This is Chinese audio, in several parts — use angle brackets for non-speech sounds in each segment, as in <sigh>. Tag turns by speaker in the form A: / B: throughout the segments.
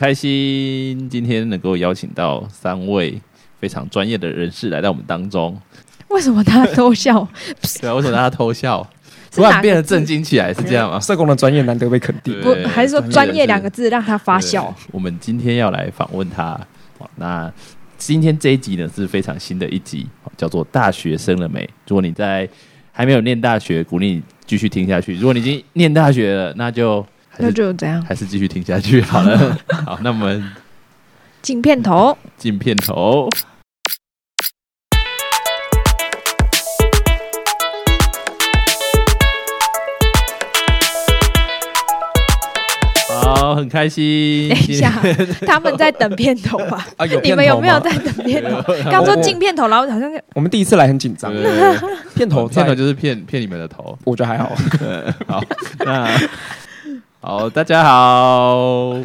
A: 开心今天能够邀请到三位非常专业的人士来到我们当中。
B: 为什么大家
A: <laughs>
B: 偷笑？
A: 对啊，为什么大家偷笑？
B: 是
A: 突
B: 哪个
A: 然变得震惊起来，是这样吗？
C: 啊社工的专业难得被肯定。
A: 对
B: 不还是说专业两个字让他发笑？
A: 对我们今天要来访问他。好那今天这一集呢是非常新的一集，哦叫做《大学生了没》。如果你在还没有念大学，鼓励你继续听下去；如果你已经念大学了，那就还
B: 那
A: 是
B: 就怎样？
A: 还是继续听下去好了。 <laughs> 好，那我们
B: 进
A: <laughs>
B: 片头，
A: 进片头。好，很开心。
B: 等一下
A: 今天，
B: 他们在等片头
A: <laughs>
B: 吧？
C: 啊，有
B: 你
C: 片头
B: 们有没有
C: 吗
B: 在等片头？刚说进片头，然后好像就
C: 我们第一次来
B: <laughs>
C: 很紧张，
A: 对
C: 片头在
A: 片头就是骗骗你们的头。
C: 我觉得
A: <laughs>
C: 还好。
A: 好，那好，大家好，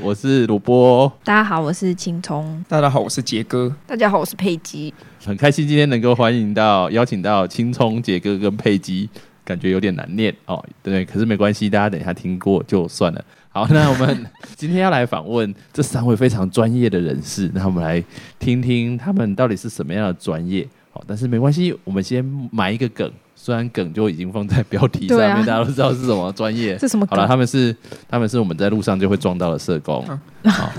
A: 我是鲁波，
B: 大家好，我是青葱，
C: 大家好，我是杰哥。
B: 大家好，我是佩姬。
A: 很开心今天能够欢迎到邀请到青葱杰哥跟佩姬，感觉有点难念哦，对，可是没关系，大家等一下听过就算了。好，那我们今天要来访问这三位非常专业的人士，那我们来听听他们到底是什么样的专业。好，但是没关系，我们先埋一个梗，虽然梗就已经放在标题上
B: 对
A: 面，
B: 啊
A: 大家都知道是什么专业。
B: 这什么
A: <laughs> 好了，
B: 梗？
A: 他们是他们是我们在路上就会撞到的社工。
C: 嗯
A: <laughs> 好，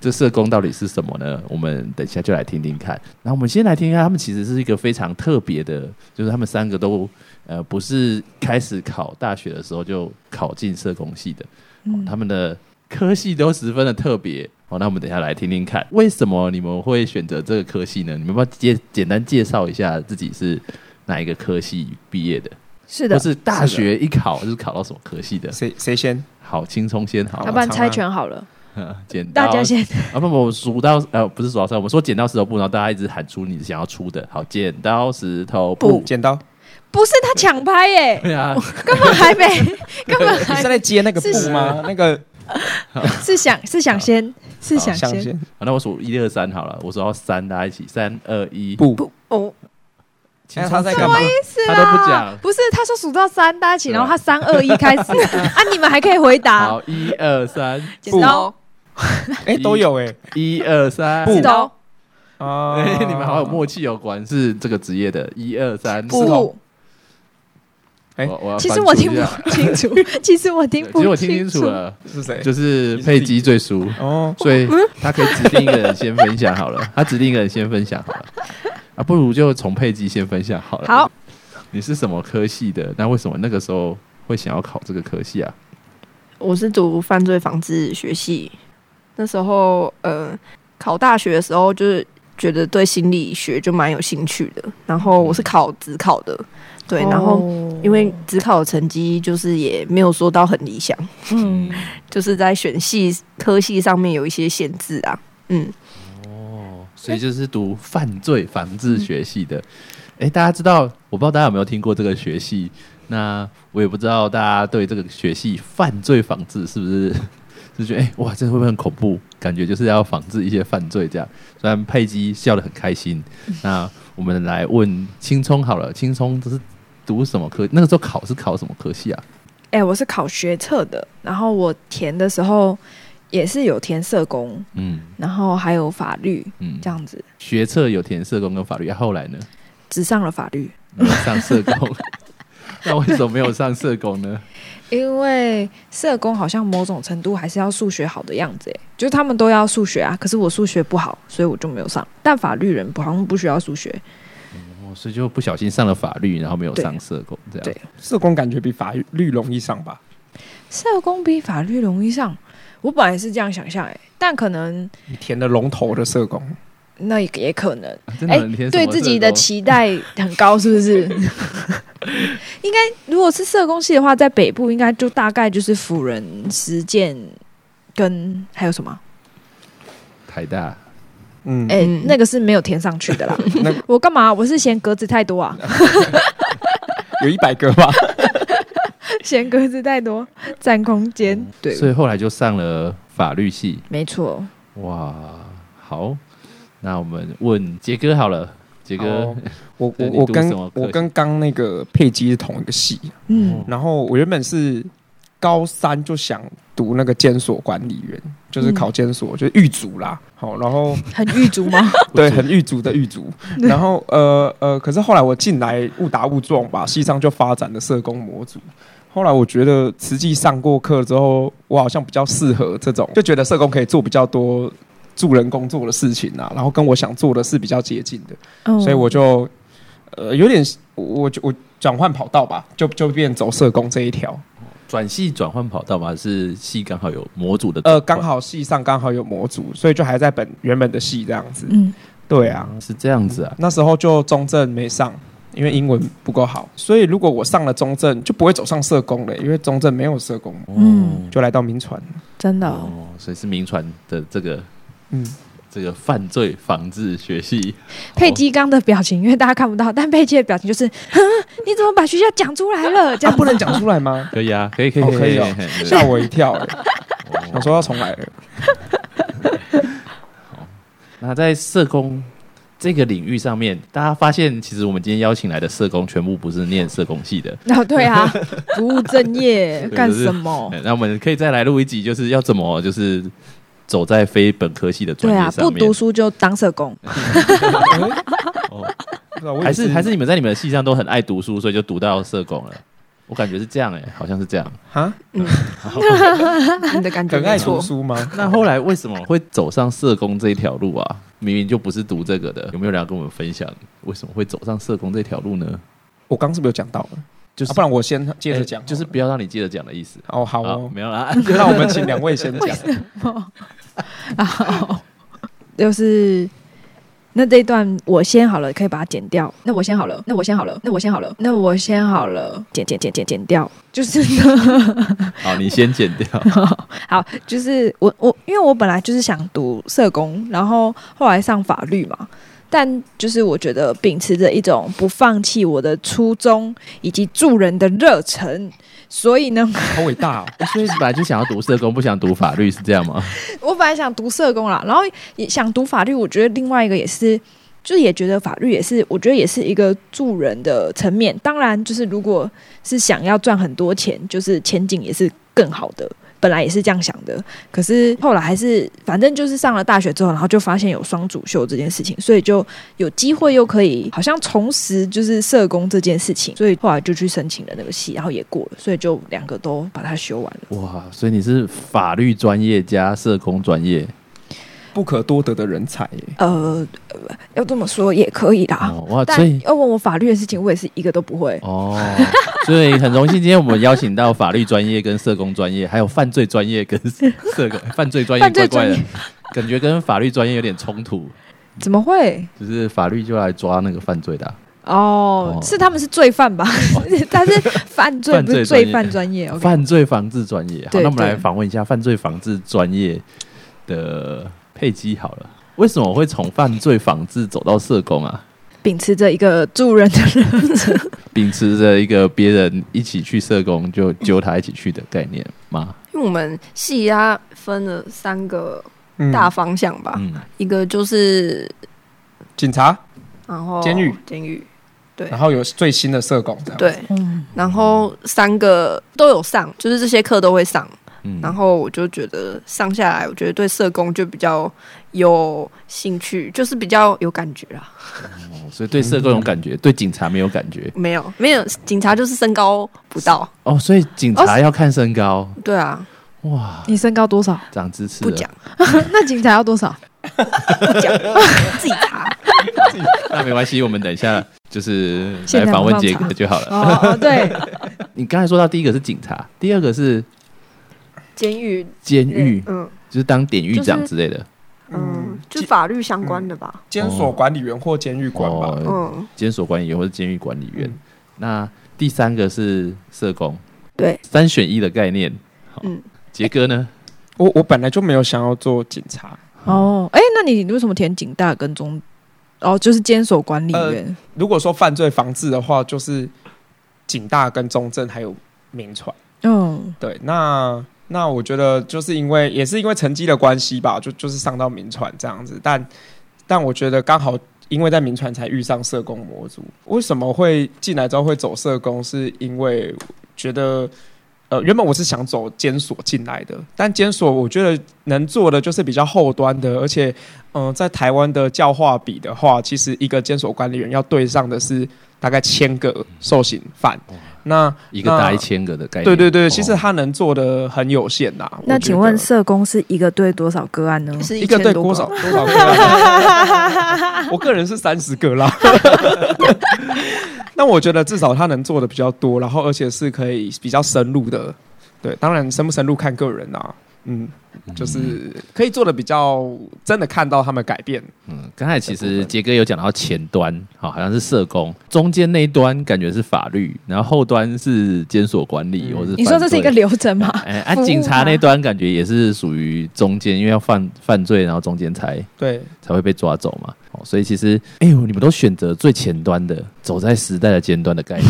A: 这社工到底是什么呢？我们等一下就来听听看。然后我们先来听听看，他们其实是一个非常特别的，就是他们三个都呃不是开始考大学的时候就考进社工系的，哦
B: 嗯
A: 他们的科系都十分的特别。好，那我们等一下来听听看，为什么你们会选择这个科系呢？你们要不要介简单介绍一下自己是哪一个科系毕业的，
B: 是
A: 或
B: 的，
A: 是大学一考就是考到什么科系的？
C: 谁谁先？
A: 好，轻松先好
B: 要
A: 了，
B: 不然猜拳好了，
A: <laughs> 剪刀。
B: 大家先。
A: 啊，不不，我数到呃，不是数到三，我们说剪刀石头布，然后大家一直喊出你想要出的。好，剪刀石头布
B: 不。<laughs>
C: 剪刀。
B: 不是他抢拍耶，
A: <laughs> 对啊，
B: 根本还没，根本
A: <laughs>
C: 你是
B: 还
C: 在接那个
B: 是
C: 布吗？那个
B: 是想是想先是想
C: 想
B: 先
A: <laughs>
C: 先
A: 好，那我数一二三好了，我数到三，大家一起，三二一。
C: 布。哎
B: 不哦，
A: 轻松
C: 他在干嘛
A: 什么意思
B: 是
A: 他
B: 啦，
A: 都不讲。
B: 不是他说数到三，大家一起，
A: 对啊
B: 然后他三二一开
A: <laughs>
B: 始啊，你们还可以回答，哦
A: 好，一二三，
B: 剪刀
C: 哎，都有哎。
A: 一二三。
C: 布
B: 石头
C: 啊
A: <laughs> 哎，你们好有默契哦，果然是这个职业的。一二三，
C: 石头
B: 布。
C: 哎
A: 我要
B: 其实
A: 翻
B: 我
A: 出
B: 听
A: 一下
B: 不清楚， <laughs> 其实我听
A: 对
B: 不
A: <laughs> 其实我听
B: 清
A: 清楚。了，
C: 是谁？
A: 就是佩姬最熟。
C: 哦，
A: 所以他可以指定一个人先分享好了， <laughs> 他指定一个人先分享好了，啊，不如就从佩姬先分享好了。
B: 好，
A: 你是什么科系的？那为什么那个时候会想要考这个科系啊？
D: 我是读犯罪防治学系，那时候呃考大学的时候就是觉得对心理学就蛮有兴趣的，然后我是考职考的，对，然后
B: 哦
D: 因为职考的成绩就是也没有说到很理想，
B: 嗯，
D: 就是在选系科系上面有一些限制啊，嗯，
A: 哦，所以就是读犯罪防治学系的。哎、大家知道，我不知道大家有没有听过这个学系？那我也不知道大家对这个学系犯罪防治是不是就觉得哎、诶哇，这会不会很恐怖？感觉就是要防治一些犯罪这样。虽然佩姬笑得很开心，那我们来问青葱好了，青葱这是读什么科？那个时候考是考什么科系啊？
B: 哎、我是考学测的，然后我填的时候也是有填社工，
A: 嗯
B: 然后还有法律
A: 嗯
B: 这，样子，
A: 学测有填社工跟法律，啊、后来呢？
B: 只上了法律，
A: 没有上社工， <laughs> 那为什么没有上社工呢？
B: 因为社工好像某种程度还是要数学好的样子，哎，就是他们都要数学啊，可是我数学不好，所以我就没有上。但法律人不好像不需要数学，
A: 哦，所以就不小心上了法律，然后没有
B: 对
A: 上社工，这样
B: 对
C: 社工感觉比法律容易上吧？
B: 社工比法律容易上。我本来是这样想象，哎，但可能
C: 你填了龙头的社工，
B: 那也也可能。
A: 啊真的
B: 哎
A: 很天、
B: 对自己的期待很高，是不是？ <laughs> 应该如果是社工系的话，在北部应该就大概就是辅仁、实践跟还有什么？
A: 台大，
C: 嗯，
B: 哎、
D: 嗯
B: 那个是没有填上去的啦。
C: 那
B: 我干嘛？我是嫌格子太多啊，
C: 有一百个吧？
B: 嫌格子太多，占空
C: 嗯
B: 间。对，
C: 哦
A: 所以后来就上了法律系。
B: 没错。
A: 哇，好，那我们问杰哥好了，杰哥
C: 哦，我
A: 对
C: 我
A: 你
C: 我
A: 读什么
C: 跟
A: 科系
C: 我跟刚那个佩姬是同一个系，
B: 嗯
A: 哦
C: 然后我原本是高三就想读那个监所管理员，就是考监所，就是狱卒啦。好，然后
B: 很狱卒吗？
D: <laughs>
C: 对，很狱卒的狱卒。然后呃呃，可是后来我进来误打误撞吧，系上就发展了社工模组。后来我觉得实际上过课之后，我好像比较适合这种，就觉得社工可以做比较多助人工作的事情啊，然后跟我想做的是比较接近的，嗯
B: 哦
C: 所以我就呃有点我我我转换跑道吧，就就变走社工这一条。
A: <laughs> 转系转换跑道吗？还是系刚好有模组的转换？
C: 呃，刚好系上刚好有模组，所以就还在本原本的系这样子。
B: 嗯，
C: 对啊，
A: 是这样子啊。
C: 那时候就中正没上，因为英文不够好，所以如果我上了中正，就不会走上社工了，因为中正没有社工，
B: 嗯
C: 就来到民传。
B: 真的哦、
A: 哦，所以是民传的这个
C: 嗯，
A: 这个犯罪防治学系。？
B: 佩姬刚的表情，因为大家看不到，但佩姬的表情就是， <laughs> 哼，你怎么把学校讲出来了？这
C: 啊，
B: 样
C: 不能讲出来吗
A: 可以啊，可以 <laughs> 可以
C: 哦 <laughs> 可以哦
A: 嘿嘿
C: 吓我一跳、欸，
A: 哦
C: 想说要重来了。
A: 那在社工这个领域上面，大家发现其实我们今天邀请来的社工全部不是念社工系的。
B: 哦，对啊，
C: <laughs>
B: 不务正业
A: 对
B: 干
A: 就是
B: 什么？
A: 哎那我们可以再来录一集，就是要怎么就是走在非本科系的专
B: 对啊
A: 业，上
B: 不
A: 面。
B: 读书就当社工，
C: 不知道我也
A: 还是还是你们在你们的系上都很爱读书，所以就读到社工了。我感觉是这样哎、好像是这样。
C: 啊，
D: 你的感觉
C: 很
D: 没
C: 爱
D: 错
C: 读。书吗？
A: 那后来为什么会走上社工这一条路啊？明明就不是读这个的，有没有人要跟我们分享为什么会走上社工这条路呢？
C: 我刚是不是有讲到了？
A: 就是、
C: 啊不然我先接着讲好
A: 哎
C: 了、
A: 就是不要让你接着讲的意思。
C: 哦，好 <laughs>
A: 好，
C: 哦，
A: 没有啦。
C: 那我们请两位先讲。嗯
B: <laughs> 就是那这一段我先好了，可以把它剪掉。那我先好了，那我先好了，那我先好了，那我先好了，剪剪剪剪剪掉。就是 <laughs> 呢，
A: 好，你先剪掉。
B: 好，就是我我因为我本来就是想读社工，然后后来上法律嘛。但就是我觉得秉持着一种不放弃我的初衷以及助人的热忱，所以呢，
C: 好伟大哦！
A: 所以本来就想要读社工，不想读法律，是这样吗？
B: 我本来想读社工啦，然后也想读法律。我觉得另外一个也是，就是也觉得法律也是，我觉得也是一个助人的层面。当然，就是如果是想要赚很多钱，就是前景也是更好的。本来也是这样想的，可是后来还是，反正就是上了大学之后，然后就发现有双主修这件事情，所以就有机会又可以好像重拾就是社工这件事情，所以后来就去申请了那个系，然后也过了，所以就两个都把它修完
A: <laughs>
B: 了。
A: 哇，所以你是法律专业加社工专业，
C: 不可多得的人才耶，
B: 呃，呃要这么说也可以啦。
A: 哦哇，
B: 但
A: 所以
B: 要问我法律的事情，我也是一个都不会。
A: 哦，所以很荣幸今天我们邀请到法律专业、跟社工专业，还有犯罪专业跟社 <laughs> 工犯罪专业，
B: 犯罪
A: 怪怪的
B: 专，
A: 感觉跟法律专业有点冲突，
B: 怎么会？
A: 就是法律就来抓那个犯罪的啊、
B: 哦
A: 哦，
B: 是他们是罪犯吧？ <laughs> 他是犯罪，
A: 犯
B: 不
A: 罪
B: 是罪犯专业。OK，
A: 犯罪防治专业。好，
B: 对
A: 那我们来
B: 对
A: 访问一下犯罪防治专业的佩姬好了。为什么会从犯罪防治走到社工啊？
B: 秉持着一个助人的人，
A: <laughs> 秉持着一个别人一起去社工就揪他一起去的概念吗？
D: 因为我们系它分了三个
C: 嗯
D: 大方向吧，
A: 嗯，
D: 一个就是
C: 警察，
D: 然后
C: 监狱
D: 监狱对
C: 然后有最新的社工，这样
D: 对，
B: 嗯，
D: 然后三个都有上，就是这些课都会上。
A: 嗯
D: 然后我就觉得上下来，我觉得对社工就比较有兴趣，就是比较有感觉啦。
A: 哦所以对社工有感觉，对警察没有感觉
D: 没有，没有，警察就是身高不到，
A: 哦。所以警察要看身高，
D: 对啊，
A: 哇，
B: 你身高
A: <laughs>
B: 多少？
A: 长知识啊
D: 不
A: 了。
D: 讲
B: 那警察要多少？
D: 不讲，自己查。
A: 那没关系，我们等一下就是来
B: 现场
A: 访问
B: 放
A: 杰
B: 茶
A: 哥就好了。
B: 哦哦，对，
A: <laughs> 你刚才说到第一个是警察，第二个是
D: 监狱，
A: 监狱，
D: 嗯
A: 就是当典狱长之类的。
D: 嗯
C: 嗯，
D: 就法律相关的吧，
C: 监所管理员或监狱管吧。
A: 哦，
D: 嗯，
A: 监所管理员或者监狱管理员。
C: 嗯
A: 那第三个是社工，
D: 对，
A: 三选一的概念。好
D: 嗯，
A: 杰哥呢？
C: 我我本来就没有想要做警察，
B: 哦，哎，那你为什么填警大跟中？哦，就是监所管理员。
C: 如果说犯罪防治的话，就是警大跟中正还有民传。
A: 呃
B: 嗯，
C: 对，那那我觉得就是因为也是因为成绩的关系吧，就就是上到民传这样子，但但我觉得刚好。因为在民传才遇上社工模组，为什么会进来之后会走社工？是因为觉得呃，原本我是想走监所进来的，但监所我觉得能做的就是比较后端的，而且，嗯、在台湾的教化比的话，其实一个监所管理员要对上的是大概千个受刑犯，那
A: 一个大
C: 那
A: 一千个的概念。
C: 对对对，
A: 哦
C: 其实他能做的很有限呐、我
B: 那
C: 觉
B: 请
C: 得
B: 问社工是一个队多少嗯个案呢？
D: 是
C: 一个
D: 1000
C: 对
D: 多
C: 多少
D: 个
C: 多少个啊？我个人是三十个啦。 <laughs> 那我觉得至少他能做的比较多，然后而且是可以比较深入的。对，当然深不深入看个人啊。嗯，就是可以做的比较真的看到他们改变。
A: 嗯，刚才其
C: 的部
A: 实
C: 分
A: 杰哥有讲到前端，好，好像是社工，中间那一端感觉是法律，然后后端是监所管理，
C: 嗯
A: 或是
B: 你说这是一个
A: 犯罪。
B: 流程吗？
A: 哎，啊，
B: 服务吗
A: 警察那端感觉也是属于中间，因为要犯犯罪，然后中间才
C: 对，
A: 才会被抓走嘛。哦，所以其实，哎呦，你们都选择最前端的，走在时代的尖端的概
B: <laughs>
A: 念，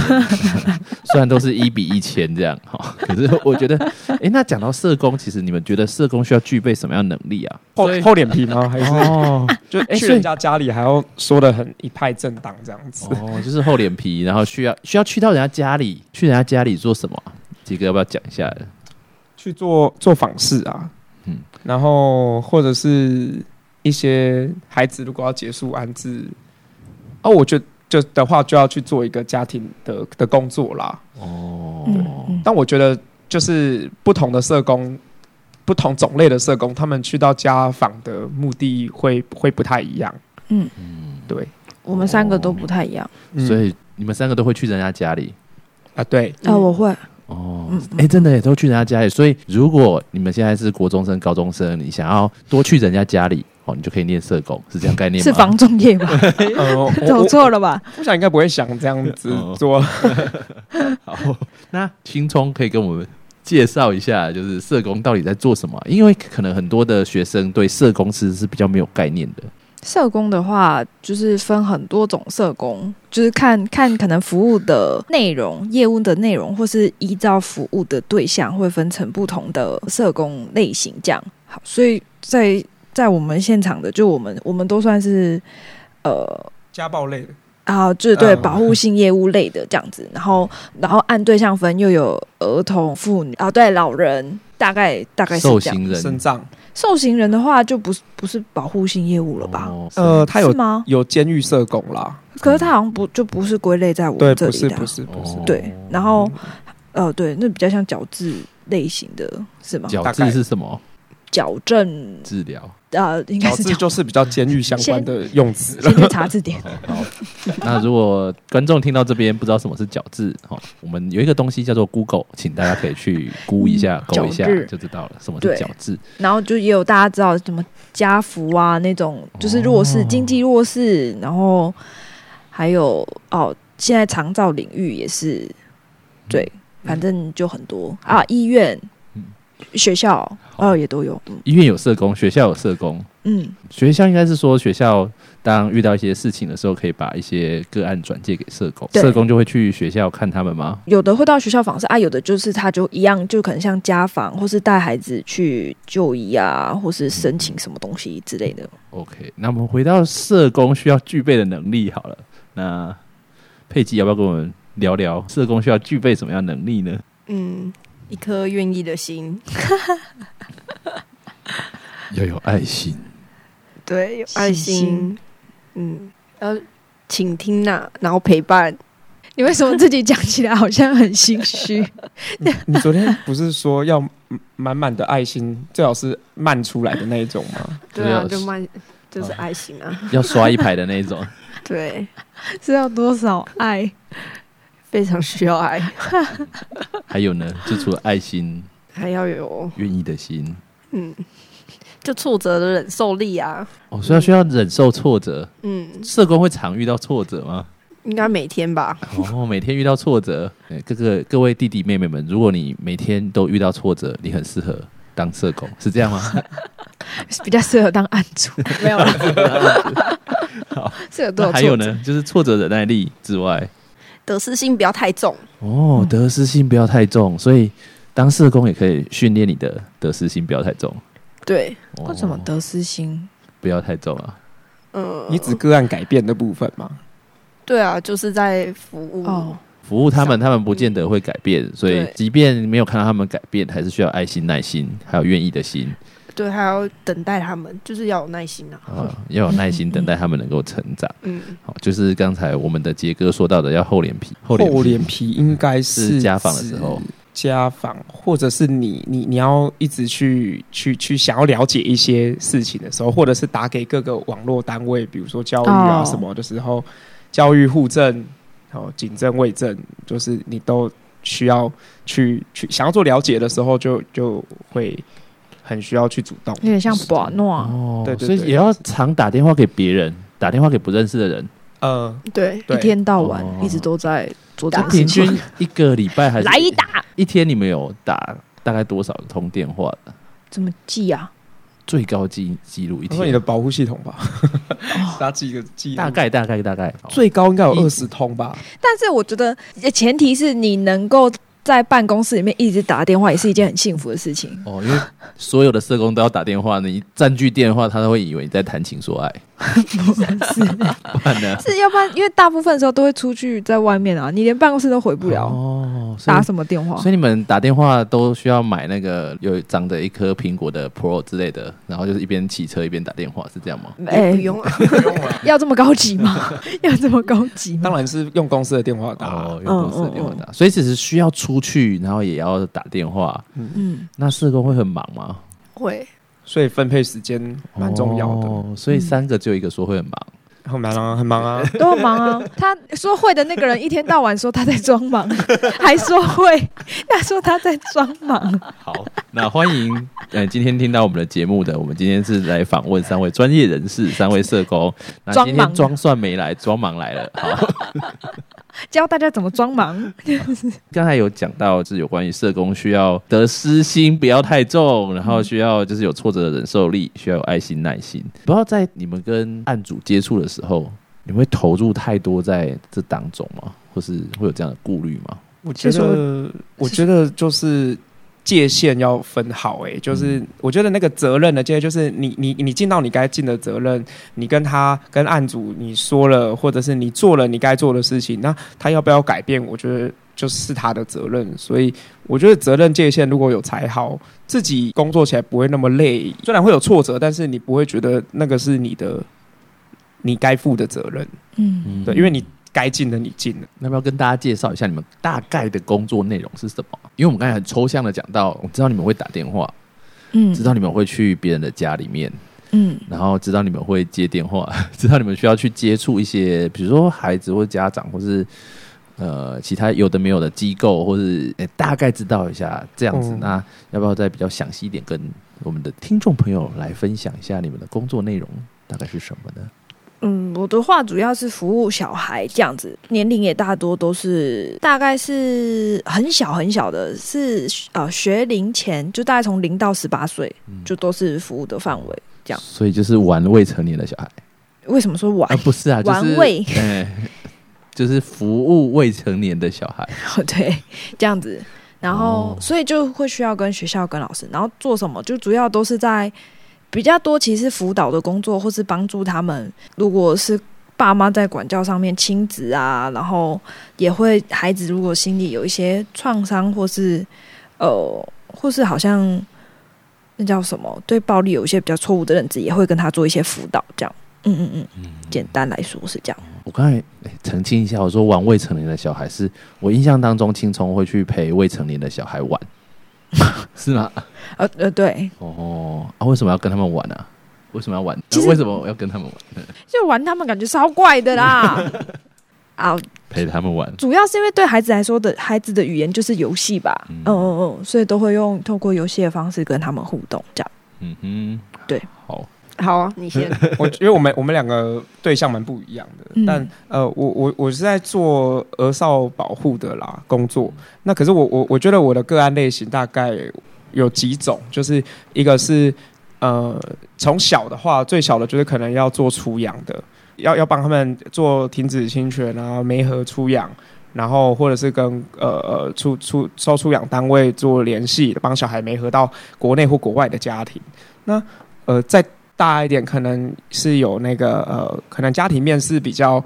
A: 虽然都是一比一千这样，哈、可是我觉得，哎，那讲到社工，其实你们觉得社工需要具备什么样的能力啊？
C: 厚
A: 所以
C: 厚脸皮吗？还是
A: 哦
C: 就
A: 哎
C: 去
A: 所以
C: 人家家里还要说的很一派正当这样子？
A: 哦，就是厚脸皮，然后需要需要去到人家家里，去人家家里做什么啊？杰哥要不要讲一下？
C: 去做做访视啊，
A: 嗯
C: 嗯，然后或者是一些孩子如果要结束安置，哦，我觉得就的话就要去做一个家庭的的工作啦。
A: 哦，
B: 嗯
C: 但我觉得就是不同的社工，不同种类的社工，他们去到家访的目的会会不太一样，
B: 嗯，
C: 对，
B: 我们三个都不太一样
A: 嗯所
C: 以
A: 以你们三个都会去人家家里。
C: 嗯啊，
B: <laughs>
C: 对，
B: 啊，我会
A: 哦，
B: 嗯
A: 哎、真的也都去人家家里，所以如果你们现在是国中生、高中生，你想要多去人家家里，哦，你就可以念社工，是这样概念吗？
B: 是 <laughs> 房仲业吧？
C: 呃，我
B: <laughs> 走
C: 我
B: 错了吧？
C: 我想应该不会想这样子
A: 哦
C: 做，
A: 好， <laughs> 那青葱可以跟我们介绍一下，就是社工到底在做什么？因为可能很多的学生对社工其实是比较没有概念的。
B: 社工的话，就是分很多种社工，就是看看可能服务的内容、业务的内容，或是依照服务的对象，会分成不同的社工类型。这样好，所以在在我们现场的，就我们我们都算是呃
C: 家暴类的，
B: 啊，就是对
C: 嗯
B: 保护性业务类的这样子，然后然后按对象分，又有儿童、妇女啊，对老人，大概大概是
A: 受
B: 这样。
A: 刑人
C: 身障，
B: 受刑人的话，就不是不是保护性业务了吧？嗯
A: 哦
C: 呃，他
B: 是
C: 有
B: 吗？
C: 有监狱社工啦，
B: 可是他好像不就不是归类在我
C: 对，
B: 们这
C: 不
B: 里
C: 是
B: 的啊、
C: 不是不是
A: 哦，
B: 对，然后呃，对，那比较像矫治类型的是吗？
A: 矫
C: 大
A: 治
C: 概
A: 是什么
B: 矫正
A: 治疗？，
B: 呃，应该
C: 矫
B: 是
C: 治
B: 矫。
C: 就是比较监狱相关的用
B: <laughs>
C: 词了。
B: 先去查字
C: <laughs>
B: 典
A: 好，那如果观众听到这边不知道什么是矫治，哈、我们有一个东西叫做 Google，请大家可以去估一下、
B: 嗯
A: 勾一下
B: 矫治
A: 就知道了什么是
B: 对
A: 矫治。
B: 然后就也有大家知道什么家福啊那种，就是弱势、
A: 哦
B: 经济弱势，然后还有哦，现在长照领域也是，
C: 嗯
B: 对，反正就很多啊，医院
A: 嗯、
B: 学校哦也都有，嗯
A: 医院有社工，学校有社工，
B: 嗯，
A: 学校应该是说学校当遇到一些事情的时候，可以把一些个案转介给社工，
B: 对
A: 社工就会去学校看他们吗？
B: 有的会到学校访视啊，有的就是他就一样，就可能像家访，或是带孩子去就医啊，或是申请什么东西之类的。
A: OK，那我们回到社工需要具备的能力好了。那佩吉要不要跟我们聊聊社工需要具备什么样的能力呢？
D: 嗯，一颗愿意的心，
A: 要有爱心，
D: 对，有爱
B: 细
D: 心
B: 心，
D: 嗯，要倾听呐、然后陪伴。
B: 你为什么自己讲起来好像很心虚？
C: 你昨天不是说要满满的爱心，最好是漫出来的那一种吗？
A: 对
D: 对啊，
A: 啊
D: 就慢，就是
A: 啊
D: 爱心啊，
A: 要刷一排的那一种。
D: 对，
B: <laughs> 是要多少爱？
D: 非常需要爱，
A: 还有呢，就除了爱心、
D: 还要有
A: 愿意的心，
D: 嗯， <laughs> 就挫折的忍受力啊，
A: 哦，所以需要忍受挫折。
D: 嗯，
A: 社工会常遇到挫折吗？
D: 应该每天吧，
A: <laughs> 哦，每天遇到挫折，哎各个各位弟弟妹妹们，如果你每天都遇到挫折，你很适合当社工，是这样吗？
B: <laughs> 比较适合当案 <laughs> 主， <laughs> 没
C: <laughs>
B: 有啊啦。
A: 好，
B: 适合多
A: 那
B: 少？
A: 还有？呢，就是挫折忍耐力之外，
D: 得失心不要太重，
A: 哦，得失心不要太重，所以当社工也可以训练你的得失心不要太重。
D: 对，
A: 哦
B: 为什么得失心？
A: 不要太重啊？
D: 嗯，
C: 你指个案改变的部分吗？
D: 对啊，就是在服务
B: 哦
A: 服务他们，他们不见得会改变，所以
D: 对
A: 即便没有看到他们改变，还是需要爱心、耐心，还有愿意的心
D: 对，还要等待他们，就是要有耐心啊。
A: 啊、要有耐心等待他们能够成长。
D: 嗯，
A: 好，就是刚才我们的杰哥说到的，要厚脸皮，厚脸皮
C: 厚脸皮应该
A: 是
C: 是
A: 家访的时候，
C: 家访，或者是你你你要一直去去去想要了解一些事情的时候，或者是打给各个网络单位，比如说教育啊
B: 哦
C: 什么的时候，教育户政、哦警政卫政，就是你都需要去去想要做了解的时候就，就会很需要去主动，
B: 有点像啊把诺，
A: 哦
C: 对对
A: 所以
C: 对
A: 也要常打电话给别人，打电话给不认识的人。
C: 呃，
D: 对，
B: 一
C: 对，
B: 天到晚
A: 哦
B: 一直都在做这
A: 那
B: 个
A: 平
B: 事情，
A: 均一个礼拜还是
B: 来一打，
A: 一天，你们有打大概多少通电话的？
B: 怎么记啊？
A: 最高记记录一
C: 他说你的
A: 天，
C: 保护系统吧，
B: 哦
C: <laughs> 大家记一个记
A: 大概大概大概好
C: 最高应该有
A: 一
C: 二十通吧，
B: 但是我觉得呃前提是你能够在办公室里面一直打电话，也是一件很幸福的事情。
A: 哦，因为所有的社工都要打电话，你占据电话，他都会以为你在谈情说爱，
C: <laughs>
A: 不然呢？
B: 是要不然，因为大部分时候都会出去在外面啊，你连办公室都回不了，
A: 哦，所以
B: 打什么电话？
A: 所以你们打电话都需要买那个有长着一颗苹果的 Pro 之类的，然后就是一边骑车一边打电话，是这样吗？
D: 哎、
B: 哎
D: <laughs> 不用啊，
B: 要这么高级
A: <laughs>
B: 吗？要这么高级吗？
C: 当然是用公司的电话打。
A: 哦，用公司的电
B: 嗯
A: 话打，所以只是需要出去，然后也要打电话。
B: 嗯，
A: 那社工会很忙吗？
D: 会
C: 所以分配时间蛮重要的。
A: 哦，
B: 嗯
A: 所以三个就一个说会很忙。
C: 很忙啊，很忙啊。
B: 都很忙啊。他说会的那个人一天到晚说他在装
A: <laughs>
B: 忙，还说会，他说他在装忙。
A: 好，那欢迎 <laughs> 呃今天听到我们的节目的，我们今天是来访问三位专业人士，三位社
B: <laughs>
A: 工。那今
B: 装
A: 天
B: 忙
A: 装蒜没来，装忙来了。好，
B: 教大家怎么装忙，
A: 刚才有讲到是有关于社工需要得失心不要太
B: 嗯
A: 重，然后需要就是有挫折的忍受力，需要有爱心耐心。不要在你们跟案主接触的时候，你们会投入太多在这当中吗？或是会有这样的顾虑吗？
C: 我觉得，我觉得就是界限要分好、欸。就是我觉得那个责任的界限，就是你你你尽到你该尽的责任，你跟他跟案主你说了，或者是你做了你该做的事情，那他要不要改变，我觉得就是他的责任。所以我觉得责任界限如果有才好，自己工作起来不会那么累，虽然会有挫折，但是你不会觉得那个是你的你该负的责任。
B: 嗯，
A: 嗯，
C: 对，因为你该尽的你尽了。
A: 那要不要跟大家介绍一下你们大概的工作内容是什么？因为我们刚才很抽象的讲到，我知道你们会打电话，
B: 嗯
A: 知道你们会去别人的家里面，
B: 嗯
A: 然后知道你们会接电话， <laughs> 知道你们需要去接触一些，比如说孩子或家长，或是呃其他有的没有的机构，或是、诶大概知道一下这样子。
C: 嗯
A: 那要不要再比较详细一点，跟我们的听众朋友来分享一下你们的工作内容大概是什么呢？
B: 嗯，我的话主要是服务小孩这样子，年龄也大多都是大概是很小很小的，是呃学龄前，就大概从零到十八岁，就都是服务的范围。这样
A: 所以就是玩未成年的小孩。
B: 为什么说晚
A: 啊，？不是啊，就是
B: 玩味
A: <laughs> 哎就是服务未成年的小孩。
B: 对，这样子，然后、
A: 哦
B: 所以就会需要跟学校跟老师，然后做什么就主要都是在比较多，其实辅导的工作或是帮助他们，如果是。爸妈在管教上面亲子啊，然后也会孩子如果心里有一些创伤，或是呃，或是好像那叫什么，对暴力有一些比较错误的认知，也会跟他做一些辅导，这样。嗯嗯嗯，哦简单来说是这样。
A: 我刚才、哎澄清一下，我说玩未成年的小孩是，我印象当中青虫会去陪未成年的小孩玩， <laughs> 是吗？
B: 呃呃，对，
A: 哦，啊，为什么要跟他们玩啊？为什么要玩？啊
B: 其实
A: 为什么要跟他们玩？
B: 就玩他们感觉超怪的啦。
C: <laughs>
B: 啊，
A: 陪他们玩。
B: 主要是因为对孩子来说的，孩子的语言就是游戏吧，
A: 嗯
B: 嗯嗯嗯，所以都会用透过游戏的方式跟他们互动，这样。
A: 嗯哼，
B: 对，
A: 好，
D: <laughs> 好啊，你 <laughs> 先。
C: 我因为我们我们两个对象蛮不一样的，
B: 嗯
C: 但呃，我我我是在做儿少保护的啦工作。那可是我我我觉得我的个案类型大概有几种，就是一个是呃，从小的话，最小的就是可能要做出养的，要要帮他们做停止侵权啊、媒合出养，然后或者是跟呃呃出出收出养单位做联系，帮小孩媒合到国内或国外的家庭。那呃，再大一点，可能是有那个呃，可能家庭面是比较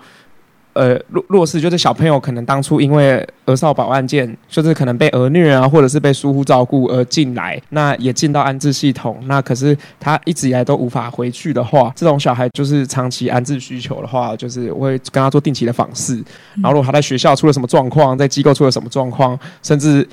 C: 呃弱弱势，就是小朋友可能当初因为儿少保案件，就是可能被儿虐啊，或者是被疏忽照顾而进来，那也进到安置系统，那可是他一直以来都无法回去的话，这种小孩就是长期安置需求的话，就是我会跟他做定期的访视，然后如果他在学校出了什么状况，在机构出了什么状况，甚至。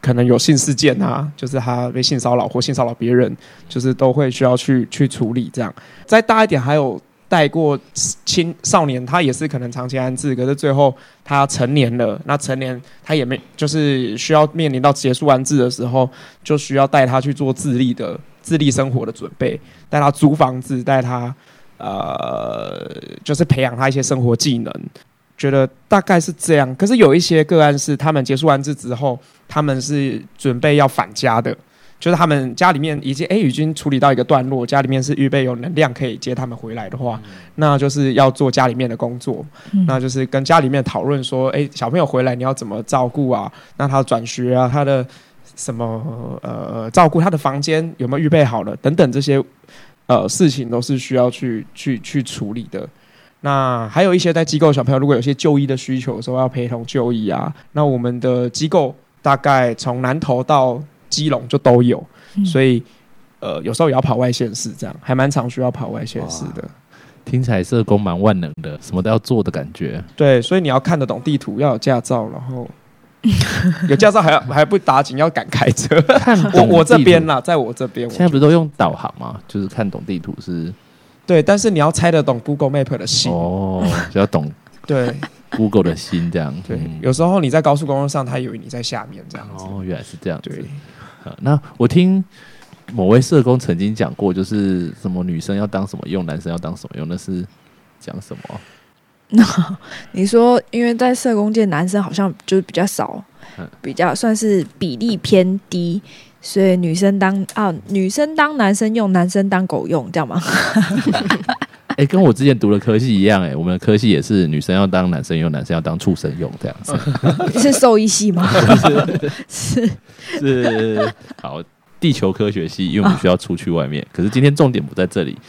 C: 可能有性事件啊，就是他被性骚扰或性骚扰别人，就是都会需要去去处理这样。再大一点，还有带过青少年，他也是可能长期安置，可是最后他成年了，那成年他也没就是需要面临到结束安置的时候，就需要带他去做自立的自立生活的准备，带他租房子，带他呃，就是培养他一些生活技能。觉得大概是这样，可是有一些个案是他们结束安置之后，他们是准备要返家的，就是他们家里面已经哎已经处理到一个段落，家里面是预备有能量可以接他们回来的话，那就是要做家里面的工作，
B: 嗯
C: 那就是跟家里面讨论说，哎，小朋友回来你要怎么照顾啊？那他转学啊，他的什么呃照顾他的房间有没有预备好了等等这些呃事情都是需要去去去处理的。那还有一些在机构的小朋友，如果有些就医的需求的时候，要陪同就医啊。那我们的机构大概从南投到基隆就都有，
B: 嗯
C: 所以呃有时候也要跑外县市，这样还蛮常需要跑外县市的。
A: 听起来社工蛮万能的，什么都要做的感觉。
C: 对，所以你要看得懂地图，要有驾照，然后有驾照还要还不打紧，要敢
A: <laughs>
C: 开车。
A: <laughs> 看
C: 我
A: 懂
C: 我这
A: 地图
C: 边啦，在我这边，我
A: 现在不是都用导航吗？就是看懂地图是
C: 对，但是你要猜得懂 Google Map 的系，
A: 哦，就要懂 <laughs>
C: 对
A: Google 的心这样。
C: 对
A: 嗯，
C: 有时候你在高速公路上，他以为你在下面这样子。
A: 哦，原来是这样子
C: 对。，
A: 好那我听某位社工曾经讲过，就是什么女生要当什么用，男生要当什么用，那是讲什么啊？
B: 你说，因为在社工界，男生好像就是比较少
A: 嗯，
B: 比较算是比例偏低，所以女生当啊，女生当男生用，男生当狗用，这
A: <laughs>
B: 样吗？
A: 哎、跟我之前读的科系一样、哎，我们的科系也是女生要当男生用，男生要当畜生用这样子。
B: 是兽医
A: <laughs>
B: 系吗？是
A: 是好，地球科学系，因为我们需要出去外面。可是今天重点不在这里。 <laughs>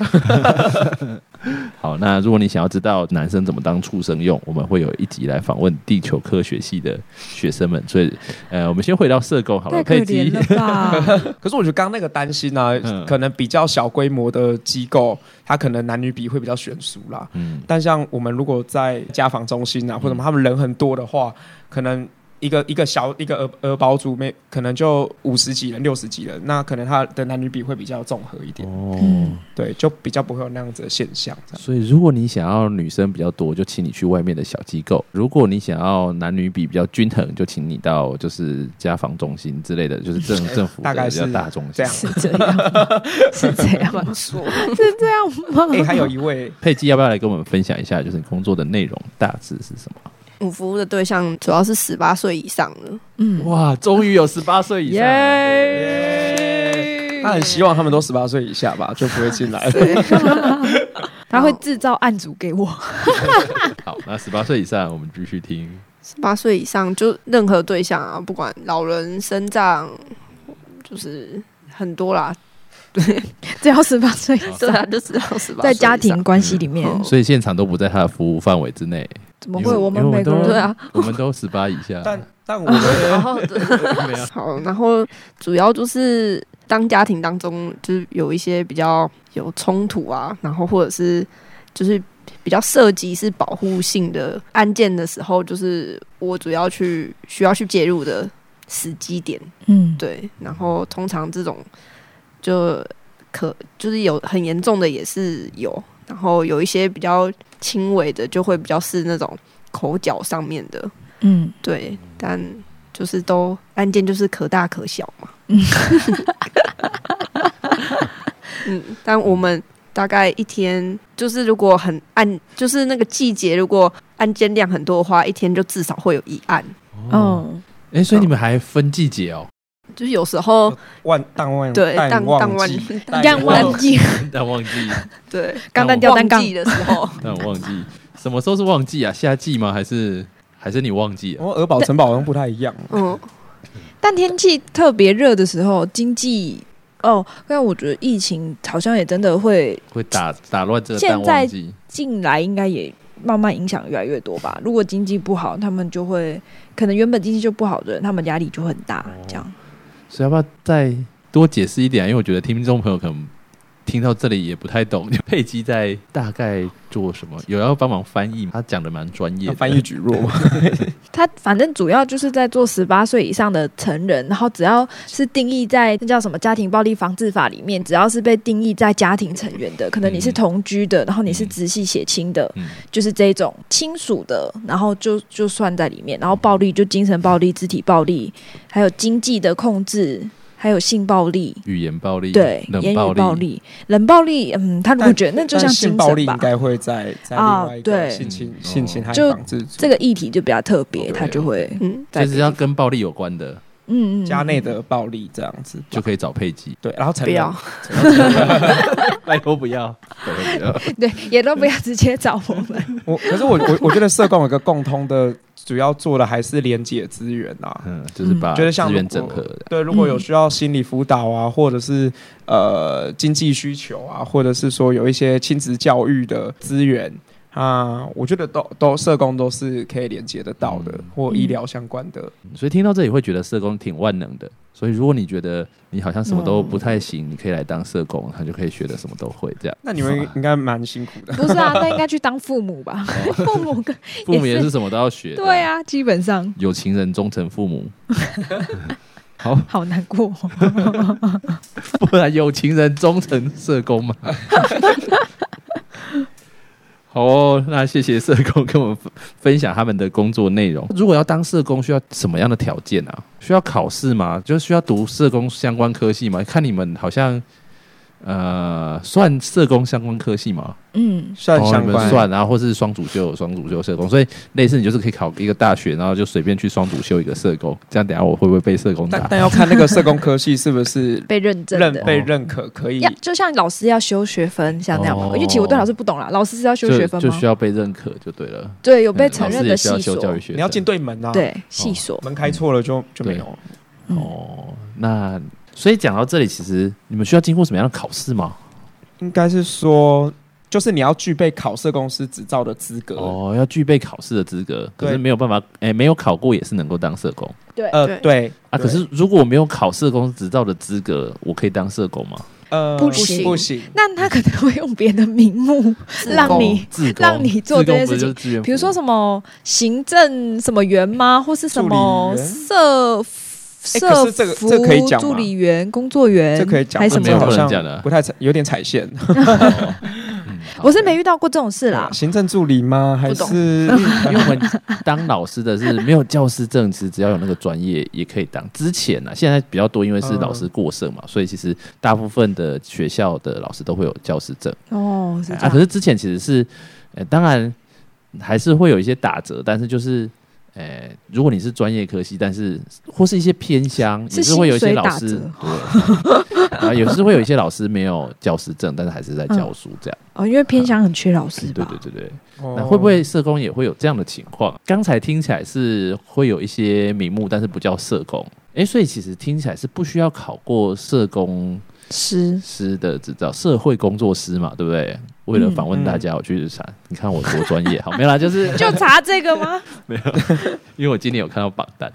A: 好，那如果你想要知道男生怎么当畜生用，我们会有一集来访问地球科学系的学生们。所以，呃，我们先回到社工好了，
B: 太可
A: 佩姬。
B: 怜了吧！
C: 可是我觉得刚刚那个担心呢、
A: 嗯
C: 可能比较小规模的机构，它可能男女比会比较悬殊啦。
A: 嗯，
C: 但像我们如果在家访中心啊，或者他们人很多的话，可能一个一个小一个儿儿保组没可能就五十几人、六十几人，那可能他的男女比会比较综合一点，
A: 哦
B: 嗯，
C: 对，就比较不会有那样子的现象。这样
A: 所以如果你想要女生比较多，就请你去外面的小机构；如果你想要男女比比较均衡，就请你到就是家防中心之类的，就是
C: <laughs>
A: 政政府
C: 大
A: 的
C: 概
A: 比较
C: 是
A: 大中心
C: 这样
B: 是这样吗，是这样吗，
D: 说，
B: 是这样吗？
C: 哎、还有一位
A: 佩姬要不要来跟我们分享一下，就是你工作的内容大致是什么？
D: 我服务的对象主要是十八岁以上的，
B: 嗯，
A: 哇，终于有十八岁以上
B: 耶！
C: 他很希望他们都十八岁以下吧，就不会进来了。
B: 他会制造案组给
C: <laughs>
B: 我。
A: 好，那十八岁以上，我们继续听。
D: 十八岁以上就任何对象啊，不管老人、生长，就是很多啦，
B: 只要十八岁以
D: 对
B: 上，
D: 啊，就知道十八
B: 在家庭关系里面，
C: 哦
D: 嗯
A: 所以现场都不在他的服务范围之内，
B: 怎么会？我们
A: 因为
B: 每个人
A: 因为
D: 对啊，
A: 我们都十八以下。
C: 但但我们
D: 然后
A: 没有
D: 好，然后主要就是当家庭当中就是有一些比较有冲突啊，然后或者是就是比较涉及是保护性的案件的时候，就是我主要去需要去介入的时机点。
B: 嗯，
D: 对，然后通常这种就可就是有很严重的也是有，然后有一些比较轻微的就会比较是那种口角上面的，
B: 嗯，
D: 对，但就是都案件就是可大可小嘛。 <laughs> 嗯，但我们大概一天就是如果很按就是那个季节，如果案件量很多的话，一天就至少会有一案，
A: 哦，
B: 哦，
A: 哎、所以你们还分季节哦？ <laughs>
D: 就是有时候
C: 万淡忘
D: 对
C: 淡
D: 淡
C: 忘
D: 淡
C: 记
D: 忘记
C: 淡
B: 让忘记
A: 但忘记，
D: 对
B: 钢弹
A: 要
B: 吊单杠
D: 旺，季的时候。
A: <laughs> 但忘记，什么时候是忘记啊？夏季吗？还是还是你忘记啊了？
C: 我们儿保城堡好像不太一样，
D: 嗯， <laughs>
B: 但天气特别热的时候，经济哦，但我觉得疫情好像也真的会
A: 会打打乱这个
B: 现
A: 淡
B: 在
A: 旺季？
B: 进来，应该也慢慢影响越来越多吧。如果经济不好，他们就会可能原本经济就不好的人，他们压力就很大
A: 哦。
B: 这样，
A: 所以要不要再多解释一点啊、因为我觉得听众朋友可能听到这里也不太懂，就佩姬在大概做什么？有要帮忙翻译吗，他讲的蛮专业
C: 要
A: 的。
C: 啊翻译举弱嘛，
B: 他反正主要就是在做十八岁以上的成人，然后只要是定义在那叫什么家庭暴力防治法里面，只要是被定义在家庭成员的，可能你是
A: 嗯
B: 同居的，然后你是
A: 嗯
B: 直系血亲的，
A: 嗯，
B: 就是这种亲属的，然后就就算在里面，然后暴力就精神暴力、肢体暴力，还有经济的控制，还有性暴力，
A: 语言暴力，
B: 对，
A: 冷
B: 言语
A: 暴力，
B: 暴力、冷暴力，嗯，他如果
C: 但
B: 觉得那就
C: 但
B: 像精
C: 性暴力
B: 神
C: 应
B: 吧，
C: 该会在在
B: 啊
C: 另外一个
B: 对
C: 性侵
A: 嗯
C: 性侵害
B: 就
C: 防治
B: 这个议题就比较特别，
A: 对
B: 他就会
D: 嗯，
B: 在
A: 就是要跟暴力有关的，
B: 嗯嗯
C: 家内的暴力这样子，
A: 就可以找佩姬。
C: 对，然后成
D: 不要
C: 人，
A: 拜托不要， <laughs> 拜托不要。
B: 嗯 <laughs> 对，也都不要直接找我 <laughs> 们，
C: 我可是我我我觉得社工有一个共通的，主要做的还是连结资源啊。
A: 嗯，就是把
C: 就是像
A: 资源
C: 如果
A: 整合的。
C: 对，如果有
B: 嗯
C: 需要心理辅导啊，或者是呃经济需求啊，或者是说有一些亲子教育的资源啊，我觉得都都社工都是可以连接得到的，
A: 嗯
C: 或医疗相关的。
A: 所以听到这里会觉得社工挺万能的。所以如果你觉得你好像什么都不太行，你可以来当社工，他就可以学的什么都会这样。
C: 那你们应该蛮辛苦的。
B: 不是啊？那应该去当父母吧，父母跟
A: <laughs> 父母也
B: 也
A: 是什么都要学。
B: 哦 <laughs> 对，啊，基本上
A: 有情人终成父母。好，
B: 好难过哦、
A: <laughs> 不然有情人终成社工嘛。 <laughs> 好哦，那谢谢社工跟我们分分享他们的工作内容。如果要当社工，需要什么样的条件啊？需要考试吗？就是需要读社工相关科系吗？看你们好像呃，算社工相关科系吗？
B: 嗯，
C: 算
A: 哦
C: 相
A: 你
C: 关、
A: 们算，然后或是双主修、双主修社工，所以类似你就是可以考一个大学，然后就随便去双主修一个社工，这样等一下我会不会被社工
C: <laughs> 但
A: 打？
C: 但要看那个社工科系是
B: <laughs>
C: 不是
B: 被认证
C: 认
B: 的。
C: 被认可，可以
B: 要就像老师要修学分，像那样嘛。
A: 哦
B: 因为其实我对老师不懂啦，老师是要修
A: 就
B: 学分
A: 就
B: 吗
A: 需？要被认可就对了。
B: 对，
A: 嗯
B: 有被承认的
A: 老师
B: 系
A: 也需要
B: 所
A: 修，教育学生，
C: 你要进对门啊。，
B: 对系所，
C: 门开错了就就没有了。
B: 嗯
A: 哦。那所以讲到这里，其实你们需要经过什么样的考试吗？
C: 应该是说，就是你要具备考社公司执照的资格。
A: 哦，要具备考试的资格，可是
C: 对
A: 没有办法，哎、没有考过也是能够当社工
B: 对，
C: 呃，
D: 对
C: 对
A: 啊。可是如果我没有考社工执照的资格，我可以当社工吗？
C: 呃
B: 不
D: 行
C: 不行，
B: 那他可能会用别的名目让你，
A: 自工
B: 让你做这件事情，
A: 情
B: 比如说什么行政什么员吗，或是什么
C: 助理员
B: 社
C: 哎可
B: 社
C: 是这个
B: 服
C: 这可以讲吗
B: 助理员、工作员，
C: 这可以讲，
B: 还是什
A: 这没有
B: 么
C: 好
A: 不能
C: 像
A: 讲的
C: 不太踩有点踩线。
A: 哦嗯好
B: 我是没遇到过这种事啦
C: 啊。 <laughs> 行政助理吗？还
D: 不懂
B: <laughs>
C: 是
A: 因为我们当老师的是没有教师证，其实只要有那个专业也可以当。之前呢、啊，现在比较多，因为
C: 嗯
A: 是老师过剩嘛，所以其实大部分的学校的老师都会有教师证
B: 哦，是这
A: 啊。可
B: 样。
A: 是之前其实是，呃，当然还是会有一些打折，但是就是。呃，如果你是专业科系，但是或是一些偏乡，
B: 是
A: 也是会有一些
B: 薪水
A: 老
B: 打
A: 师，
B: 折
A: 对，啊，也是会有一些老师没有教师证，但是还是在教书这样。
B: 哦，因为偏乡很缺老师
A: 嗯对
B: 吧
A: 对？对对。那
C: <laughs> 那
A: 会不会社工也会有这样的情况？刚才听起来是会有一些名目，但是不叫社工。诶，所以其实听起来是不需要考过社工
B: 师，
A: 师的执照，社会工作师嘛，对不对？为
C: 嗯
A: 了访问大家，我去查，你看我多专业，好没有啦，就是 <laughs>
B: 就查这个吗？
A: 因为我今年有看到榜单，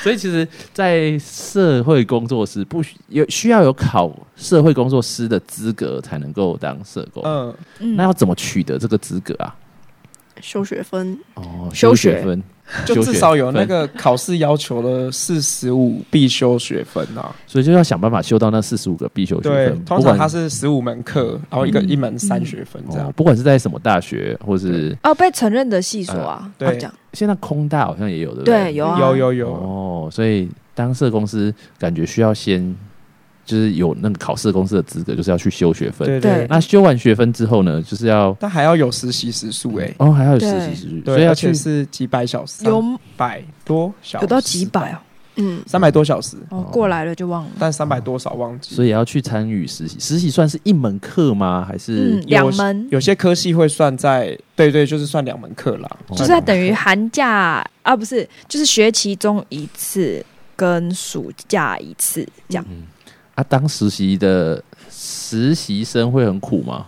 A: 所以其实，在社会工作师不需有需要有考社会工作师的资格才能够当社工。
C: 嗯，
B: <laughs> 嗯
A: 那要怎么取得这个资格啊？
D: 修学分
A: 哦，
B: 休
A: 学
B: 学
A: 分，
C: 就
A: 休
C: 至
A: 学
C: 少有那
A: 分
C: 个考试要求的四十五必修学分啊。
A: 所以就要想办法修到那四十五个必修学
C: 对
A: 分，，
C: 通
A: 不管
C: 常它是十五门课，然后一个
B: 嗯
C: 一门三学分这
A: 哦
C: 样，。
A: 不管是在什么大学，或是
B: 哦，被承认的系所啊，
C: 呃对
B: 这样
A: 现在空大好像也有，对不
B: 对有啊，
C: 有有有，
A: 哦，所以当社公司感觉需要先就是有那个考试公司的资格，就是要去修学分。
C: 对
B: 对
C: 对。
A: 那修完学分之后呢，就是要
C: 但还要有实习时数哎，
A: 哦还要有
B: 对
A: 实习时数，所以
C: 对，
A: 要
C: 而
A: 去
C: 且是几百小时，
B: 有
C: 百多小时，
B: 有到几百哦，
D: 嗯，
C: 三百多小时，
B: 哦，过来了就忘了。
C: 但三百多少忘记。
A: 哦所以也要去参与实习。实习算是一门课吗？还是
B: 嗯，两门，
C: 有些科系会算在，对对，就是算两门课啦。
A: 哦
B: 就是它等于寒假啊，不是，就是学期中一次跟暑假一次这样。
A: 啊？当实习的实习生会很苦吗？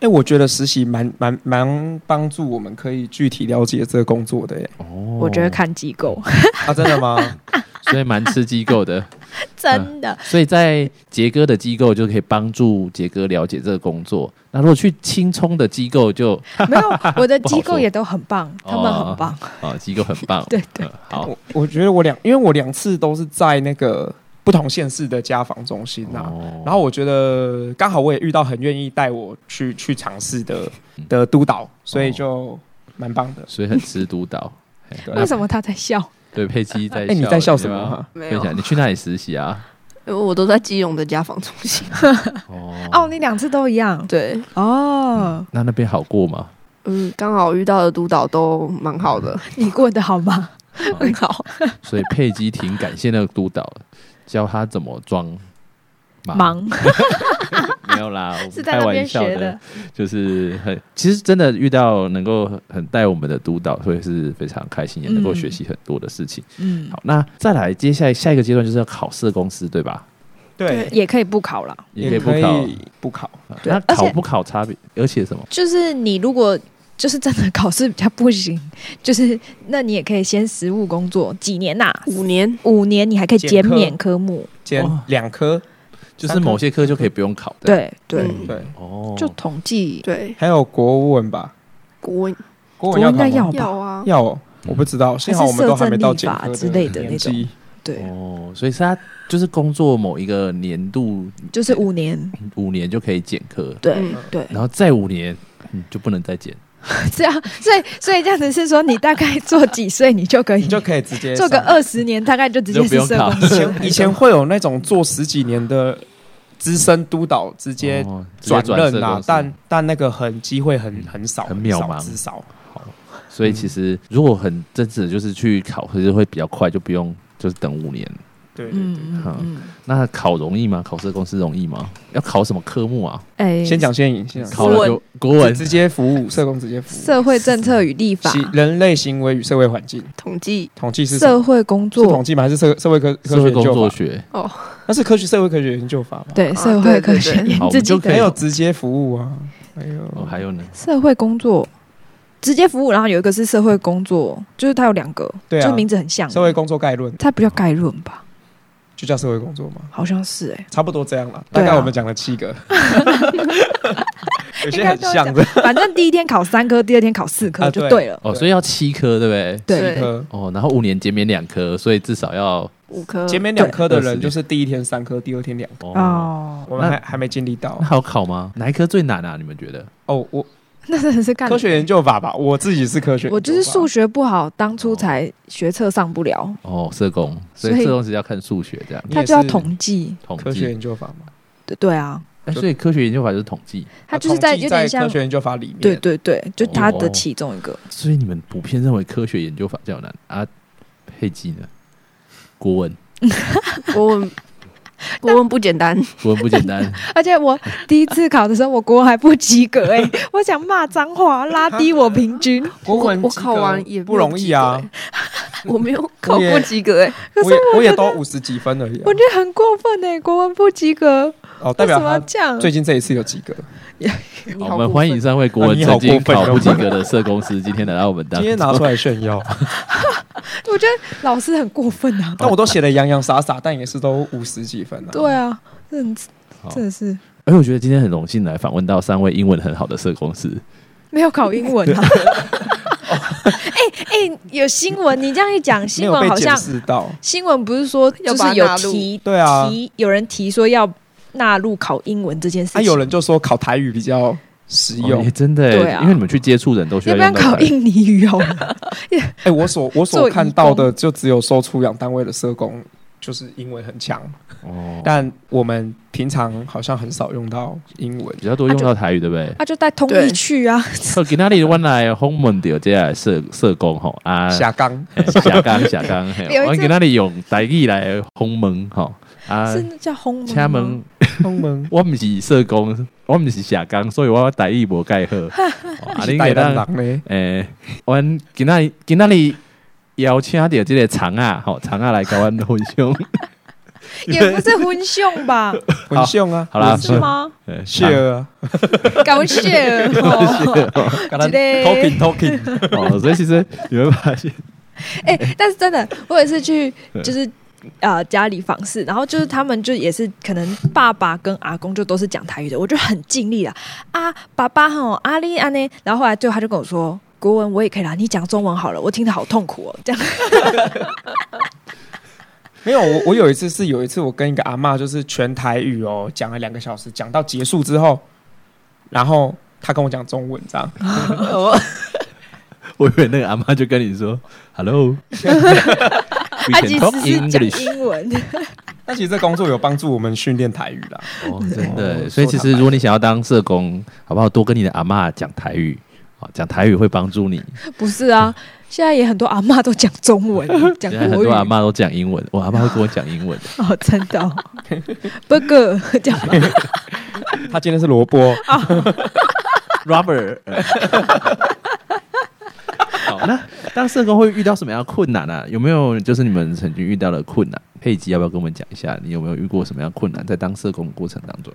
C: 哎、我觉得实习蛮蛮蛮帮助我们可以具体了解这个工作的耶。
A: 哦，
B: 我觉得，看机构
C: 啊，真的吗？
A: <laughs> 所以蛮吃机构的，
B: <laughs>
A: <laughs>
B: 真的
A: 所以在杰哥的机构就可以帮助杰哥了解这个工作。那如果去青葱的机构就，
B: 没有，我的
A: 不好
B: 机构
A: 说
B: 也都很棒，他们很棒。
A: 啊，机构很棒，
B: <laughs> 对对
A: 嗯好，
C: 我我觉得我两，因为我两次都是在那个不同县市的家访中心啊。
A: 哦
C: 然后我觉得刚好我也遇到很愿意带我去去尝试的
A: 嗯
C: 的督导，所
A: 哦
C: 以就蛮棒的。
A: 所以很吃督
C: <laughs>
A: 导。嘿
C: 对
A: 那
B: 为什么他在笑？
A: 对佩姬在，
C: 哎、你在笑什么、啊？
A: 你
D: 没
A: 要不要
D: 有
A: 分，享你去哪里实习
C: <laughs>
A: 啊？
D: 因为我都在基隆的家访中心。
A: 哦
B: 哦，，你两次都一样
D: 对，
B: 哦。
A: 那那边好过吗？
D: <laughs> 嗯，刚好遇到的督导都蛮好的，
B: 你过得好吗？
D: 很好。
A: 哦所以佩姬挺感谢那个督导，教他怎么装忙
B: 忙
A: <laughs> 没有
B: <laughs>
A: 啦，我
B: 是
A: 们
B: 在
A: 开
B: 那
A: 玩
B: 边
A: 笑
B: 学
A: 的
B: 的，，
A: 就是很其实真的遇到能够很带我们的督导，所以是非常开心，也能够
B: 嗯
A: 学习很多的事情。
B: 嗯，
A: 好，那再来，接下来下一个阶段就是要考社公司，对吧？
C: 对，
B: 也可以不考了。
A: 也可以不考，
C: 不考。
B: 对
A: 那
B: 而
A: 考
B: 且
A: 不考差别，而且什么？
B: 就是你如果就是真的考试比较不行，就是那你也可以先实务工作几年呐、
D: 五年，
B: 五年你还可以减
C: 减科
B: 免科目，
C: 兼
A: 哦
C: 两科，
A: 就是某些科就可以不用考的。
B: 对对，
D: 嗯
C: 对，
A: 哦，
B: 就统计
D: 对，
C: 还有国文吧，
D: 国文
B: 国
C: 国文要
B: 文
C: 考
B: 应该
C: 吗
B: 要
D: 要
B: 吧？
D: 啊，
C: 要哦，我不知道，幸好我们都还没到检科
B: 还是社政立法之类的
C: 的
B: 那
C: 年
B: 种
C: 纪
B: 对，
A: 哦，所以是他就是工作某一个年度
B: 就是五年，
A: 五年就可以减课，
B: 对、
D: 嗯
B: 对， <laughs>
A: 然后再五年、嗯、就不能再减。
B: 这样，所以所以这样子是说你大概做几岁你就可以
C: 你就可以直
B: <laughs>
C: 接
B: 做个
C: 上
B: 二十年，大概就直接
A: 就不
B: 是
A: 用
B: 社
A: 考
B: 工
C: 以
B: 社
C: 前以前会有那种做十几年的资深督导直接
A: 哦直接
C: 转任
A: 社
C: 啊
A: 公，司
C: 但但那个很机会很很少，
A: 很渺茫
C: 少之少。
A: 所以其实如果很真挚，就是去考，其实会比较快，就不用就是等五年。
C: 对对对，
B: 嗯嗯嗯，
A: 那考容易吗？考社公司容易吗？要考什么科目啊？
B: 哎、
C: 先讲先赢，先讲先
A: 考了就国文
C: 赢，直接服务社工，直接服务
B: 社会政策与立法、
C: 行人类行为与社会环境
D: 统计
C: 统计是什么
B: 社会工
C: 是统
B: 作，
C: 计吗？还是社社会科科
A: 社
C: 学
A: 会
C: 研
A: 工
C: 究
A: 作
C: 法？
A: 学。
C: 那是科学社会科学研究法吧？
B: 对社
D: 对
B: 会科
D: 对
B: 学
D: 对
B: 研
A: 好
B: 自
A: 我们
B: 己
A: 就可
B: 的
A: 以
C: 还有直接服务啊，还有
A: 哦，还有呢？
B: 社会工作，直接服务，然后有一个是社会工作，就是它有两个，
C: 对啊
B: 就是名字很像，
C: 社会工作概论，
B: 它不叫概论吧？
C: 就叫社会工作嘛，
B: 好像是哎、
C: 差不多这样了。
B: 对
C: 大
B: 啊
C: 概我们讲了
B: <laughs>
C: 七个，有些很像
B: 应
C: 的。
B: 反正第一天考三科，第二天考四科
C: 啊
B: 就
C: 对
B: 对了。
A: 哦，所以要七科，对不对？
B: 对，
C: 呃，
A: 哦，然后五年减免两科，所以至少要
D: 五科，
C: 前面两科的人
A: 对
C: 就是第一天三科，第二天两科，
A: 哦。
B: 哦，
C: 我们还还没经历到
A: 那
B: 嗯
A: 好考吗？哦哪一科最难啊？你们觉得？
C: 哦。我
B: 那真的是干
C: 科学研究法吧，我自己是科学研究法，
B: 我就是数学不好，当
C: 哦
B: 初才学测上不了，
A: 哦，社工，所以
B: 所以
A: 社工只要看数学这样
C: 你也
B: 他
C: 是
B: 就要统计。
A: 统
C: 科学
A: 计。
C: 研究法嘛，
B: 对对啊，
A: 哎，所以科学研究法就是统计。
B: 他就是在
C: 统计
B: 有
C: 在
B: 点
C: 科
B: 像，
C: 学研究法里面。
B: 对对对，就他的
A: 哦
B: 其中一个。
A: 所以你们普遍认为科学研究法较难啊？佩姬呢？国文，
D: 国 <laughs> 文，国文不简单，
A: 国文不简 <laughs> 单，
B: <laughs> 而且我第一次考的时候，我国文还不及格哎、
C: <laughs>
B: 我想骂脏话，拉低我平均。
C: 国文
D: 我
C: 及格
D: 考完也
C: 不容易啊，
B: 哎
D: 我没有考过及格哎，
B: 可
C: 我
B: <laughs> 是
C: 也我也都五十几分而已啊
B: 我。觉得很过分哎、国文不及格，
C: 哦，代
B: 为
C: 表
B: 什么要
C: 他
B: 这样？
C: 最近这一次有及格。
D: 你
A: 好，
D: 好
A: 我
D: 过
A: 们
D: 分
A: 欢迎三位国文
C: 啊你好
A: 曾经
C: 过分
A: 考
C: 哦
A: 不及格的社公司，今天来到我们当
C: 今天
A: 中。
C: 拿出来炫 <laughs> 耀，
B: 我觉得老师很过分
C: <laughs>
B: 啊。
C: 但我都写的洋洋洒洒，但也是都五十几分啊。
B: 对啊，真
A: 好
B: 真的是
A: <laughs> 哎，我觉得今天很荣幸来访问到三位英文很好的社公司。
B: 没有考英
C: <laughs>
B: 文啊。 <laughs> 哎哎，有新闻，你这样一讲，
C: 没
B: 新
C: 有
B: 闻
C: 被
B: 好
C: 解
B: 像
C: 释到。
B: 新闻不是说
D: 要
B: 就
D: 把它
B: 是有
D: 纳入
B: 提
C: 对啊
B: 提有人提说要纳入考英文这件事
C: 啊，
B: 情，
C: 有人就说考台语比较实
A: 哦
C: 用
A: 欸。真的欸，
B: 对啊
A: 因为你们去接触人都需
B: 要
A: 要
B: 不要
A: 用到
B: 考
A: 台语
B: 印尼语好了？
C: 哎、
B: <laughs>
C: 我所我所
B: 做义
C: 看到的就只有收出养单位的社工，就是英文很强，
A: 哦，
C: 但我们平常好像很少用到英文。
A: 比较多用到台语，对不 <laughs> 对？
B: 那就带通译
D: 对
B: 去啊。
A: 好，今天的我来访问到这个社社工吼啊，
C: 下 <laughs> 岗
A: 嘿 <laughs> 下岗下岗，嘿
B: 有一次
A: 我今天用台语来访问吼啊
B: 是，那叫轰吗？
A: 请问
C: 东门
A: 我毋是社工，我毋是社工，所以我台语无
B: <laughs>
A: 介好。哦啊，恁
C: 台
A: 会
C: 南
A: 当
C: 人呢？
A: 诶，阮今仔
C: <laughs>
A: 今仔日邀请到即个长啊，吼长啊来甲阮分享
B: 也不是婚凶 <laughs> 吧？
C: 很凶啊，
A: 好啦
B: 是吗？
A: 呃
C: 谢了啊，
B: 感谢哦， <laughs>
C: 跟他
B: 一个
C: talking talking，
A: 哦，所以其实你会发现， <laughs>
B: 哎、但是真的，我也是去
A: 对
B: 就是呃家里访视，然后就是他们就也是可能爸爸跟阿公就都是讲台语的，我就很尽力啦啊，爸爸吼阿丽安呢，然后后来最后他就跟我说。国文我也可以啦，你讲中文好了，我听得好痛苦哦。
A: <laughs>
B: 这样，
C: <laughs> 没有，我我有一次是有一次我跟一个阿嬷就是全台语哦，讲了两个小时，讲到结束之后，然后她跟我讲中文这样，
A: 我以为那个阿妈就跟你说
B: <laughs>
A: “hello”，
B: 他其实是讲英文，
C: 那其实这工作有帮助我们训练台语啦。
B: <laughs>
A: 哦，真的。
C: 哦
A: 所以其
C: 说坦
A: 实
C: 白
A: 如果你想要当社工，好不好？多跟你的阿妈讲台语，啊，讲台语会帮助你。
B: 不是啊？现在也很多阿嬷都讲中文，讲
A: 现在很
B: 国语
A: 多阿妈都讲英文，我阿妈会跟我讲 <laughs> 英文。
B: <laughs> 哦，真的、哦。不过 <laughs> 讲吧，
C: 她今天是萝卜，
A: Rubber 呃。 <laughs> 好，那当社工会遇到什么样的困难啊？有没有就是你们曾经遇到的困难？佩吉要不要跟我们讲一下？你有没有遇过什么样的困难在当社工的过程当中？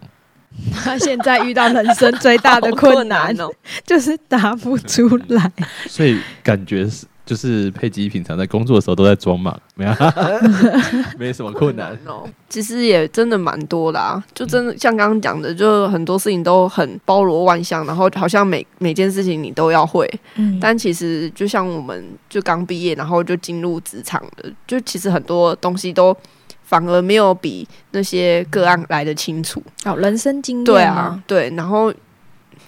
B: 他现在遇到人生最大的困难，
D: 哦，
B: <laughs> 就是答不出来。
A: 所以感觉是就是佩吉平常在工作的时候都在装忙，没有、啊 <laughs> 没什么困难。嗯
D: 哦。其实也真的蛮多啦、就真的像刚刚讲的，就很多事情都很包罗万象，然后好像每每件事情你都要会，
B: 嗯
D: 但其实就像我们就刚毕业，然后就进入职场的，就其实很多东西都反而没有比那些个案来的清楚。
B: 哦，人生经验
D: 对啊，，对，然后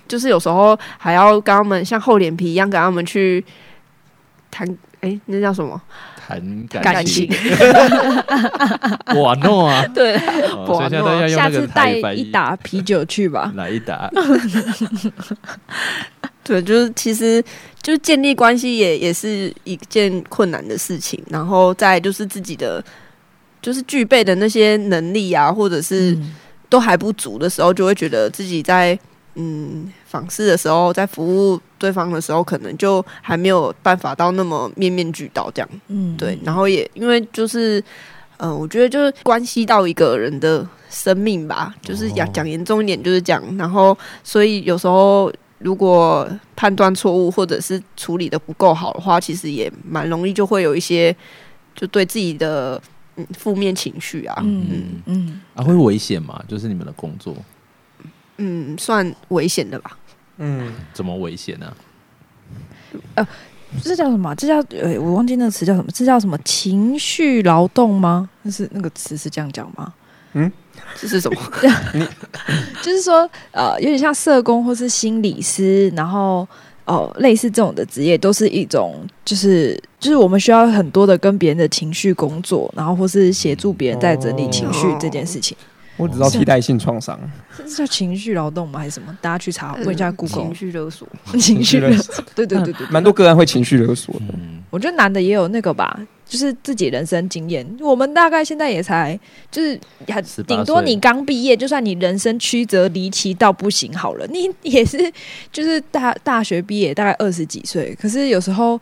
D: 就是有时候还要跟他们像厚脸皮一样跟他们去谈，哎、那叫什么
A: 谈
D: 感
A: 感
D: 情
A: 情，？哇弄
B: <laughs>
A: 啊！
D: 对，
A: 哦所以现在都要用
B: 下
A: 那
B: 次
A: 个
B: 带
A: 台语翻
B: 一
A: 译
B: 打啤酒去吧。
A: 来一打，
D: 对，就是其实就是建立关系也也是一件困难的事情，然后再来就是自己的就是具备的那些能力啊，或者是
B: 嗯
D: 都还不足的时候，就会觉得自己在嗯访视的时候，在服务对方的时候，可能就还没有办法到那么面面俱到这样。
B: 嗯
D: 对，然后也因为就是，呃，我觉得就是关系到一个人的生命吧，就是讲
A: 哦
D: 讲严重一点就是讲，然后所以有时候如果判断错误或者是处理的不够好的话，其实也蛮容易就会有一些就对自己的嗯负面情绪啊，
B: 嗯嗯，
A: 啊会危险吗？就是你们的工作
D: 嗯，算危险的吧。
C: 嗯，
A: 怎么危险呢、
B: 这叫什么啊？这叫呃，我忘记那个词叫什么？这叫什么情绪劳动吗？那是那个词是这样讲吗？
D: 这是什 <laughs> 么？
B: 就是说，呃，有点像社工或是心理师，然后哦、类似这种的职业，都是一种就是就是我们需要很多的跟别人的情绪工作，然后或是协助别人在整理情绪
D: 哦
B: 这件事情，
C: 我只知道替代性创伤，
B: 这是叫情绪劳动吗？还是什么？大家去查问一下
D: 嗯情
B: Google
D: 绪勒索。
B: <laughs> 情绪
C: 勒
B: 劳
C: 索
B: 动，对对对对，对
C: 蛮多。个案会情绪勒索的。
A: 嗯，
B: 我觉得男的也有那个吧，就是自己人生经验。我们大概现在也才就是很
A: 18
B: 顶多
A: 岁
B: 你刚毕业，就算你人生曲折离奇到不行好了， <laughs> 你也是就是大大学毕业大概二十几岁，可是有时候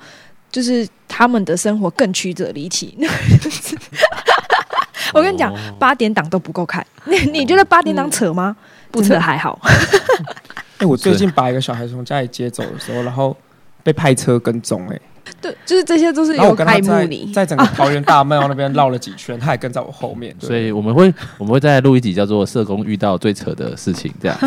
B: 就是他们的生活更曲折离奇。 <laughs> 我跟你讲，
A: 哦
B: 八点档都不够看， <laughs> 你你觉得八点档扯吗？哦不扯还好， <laughs>
C: 哎，我最近把一个小孩从家里接走的时候，然后被派车跟踪，哎，
B: 对，就是这些都是
C: 然后我
B: 有
C: 跟他
D: 爱慕
C: 在
D: 你
C: 在整个桃园大麦那边绕了几圈，他也跟在我后面，对
A: 所以我们会我们会再录一集叫做“社工遇到最扯的事情”这样。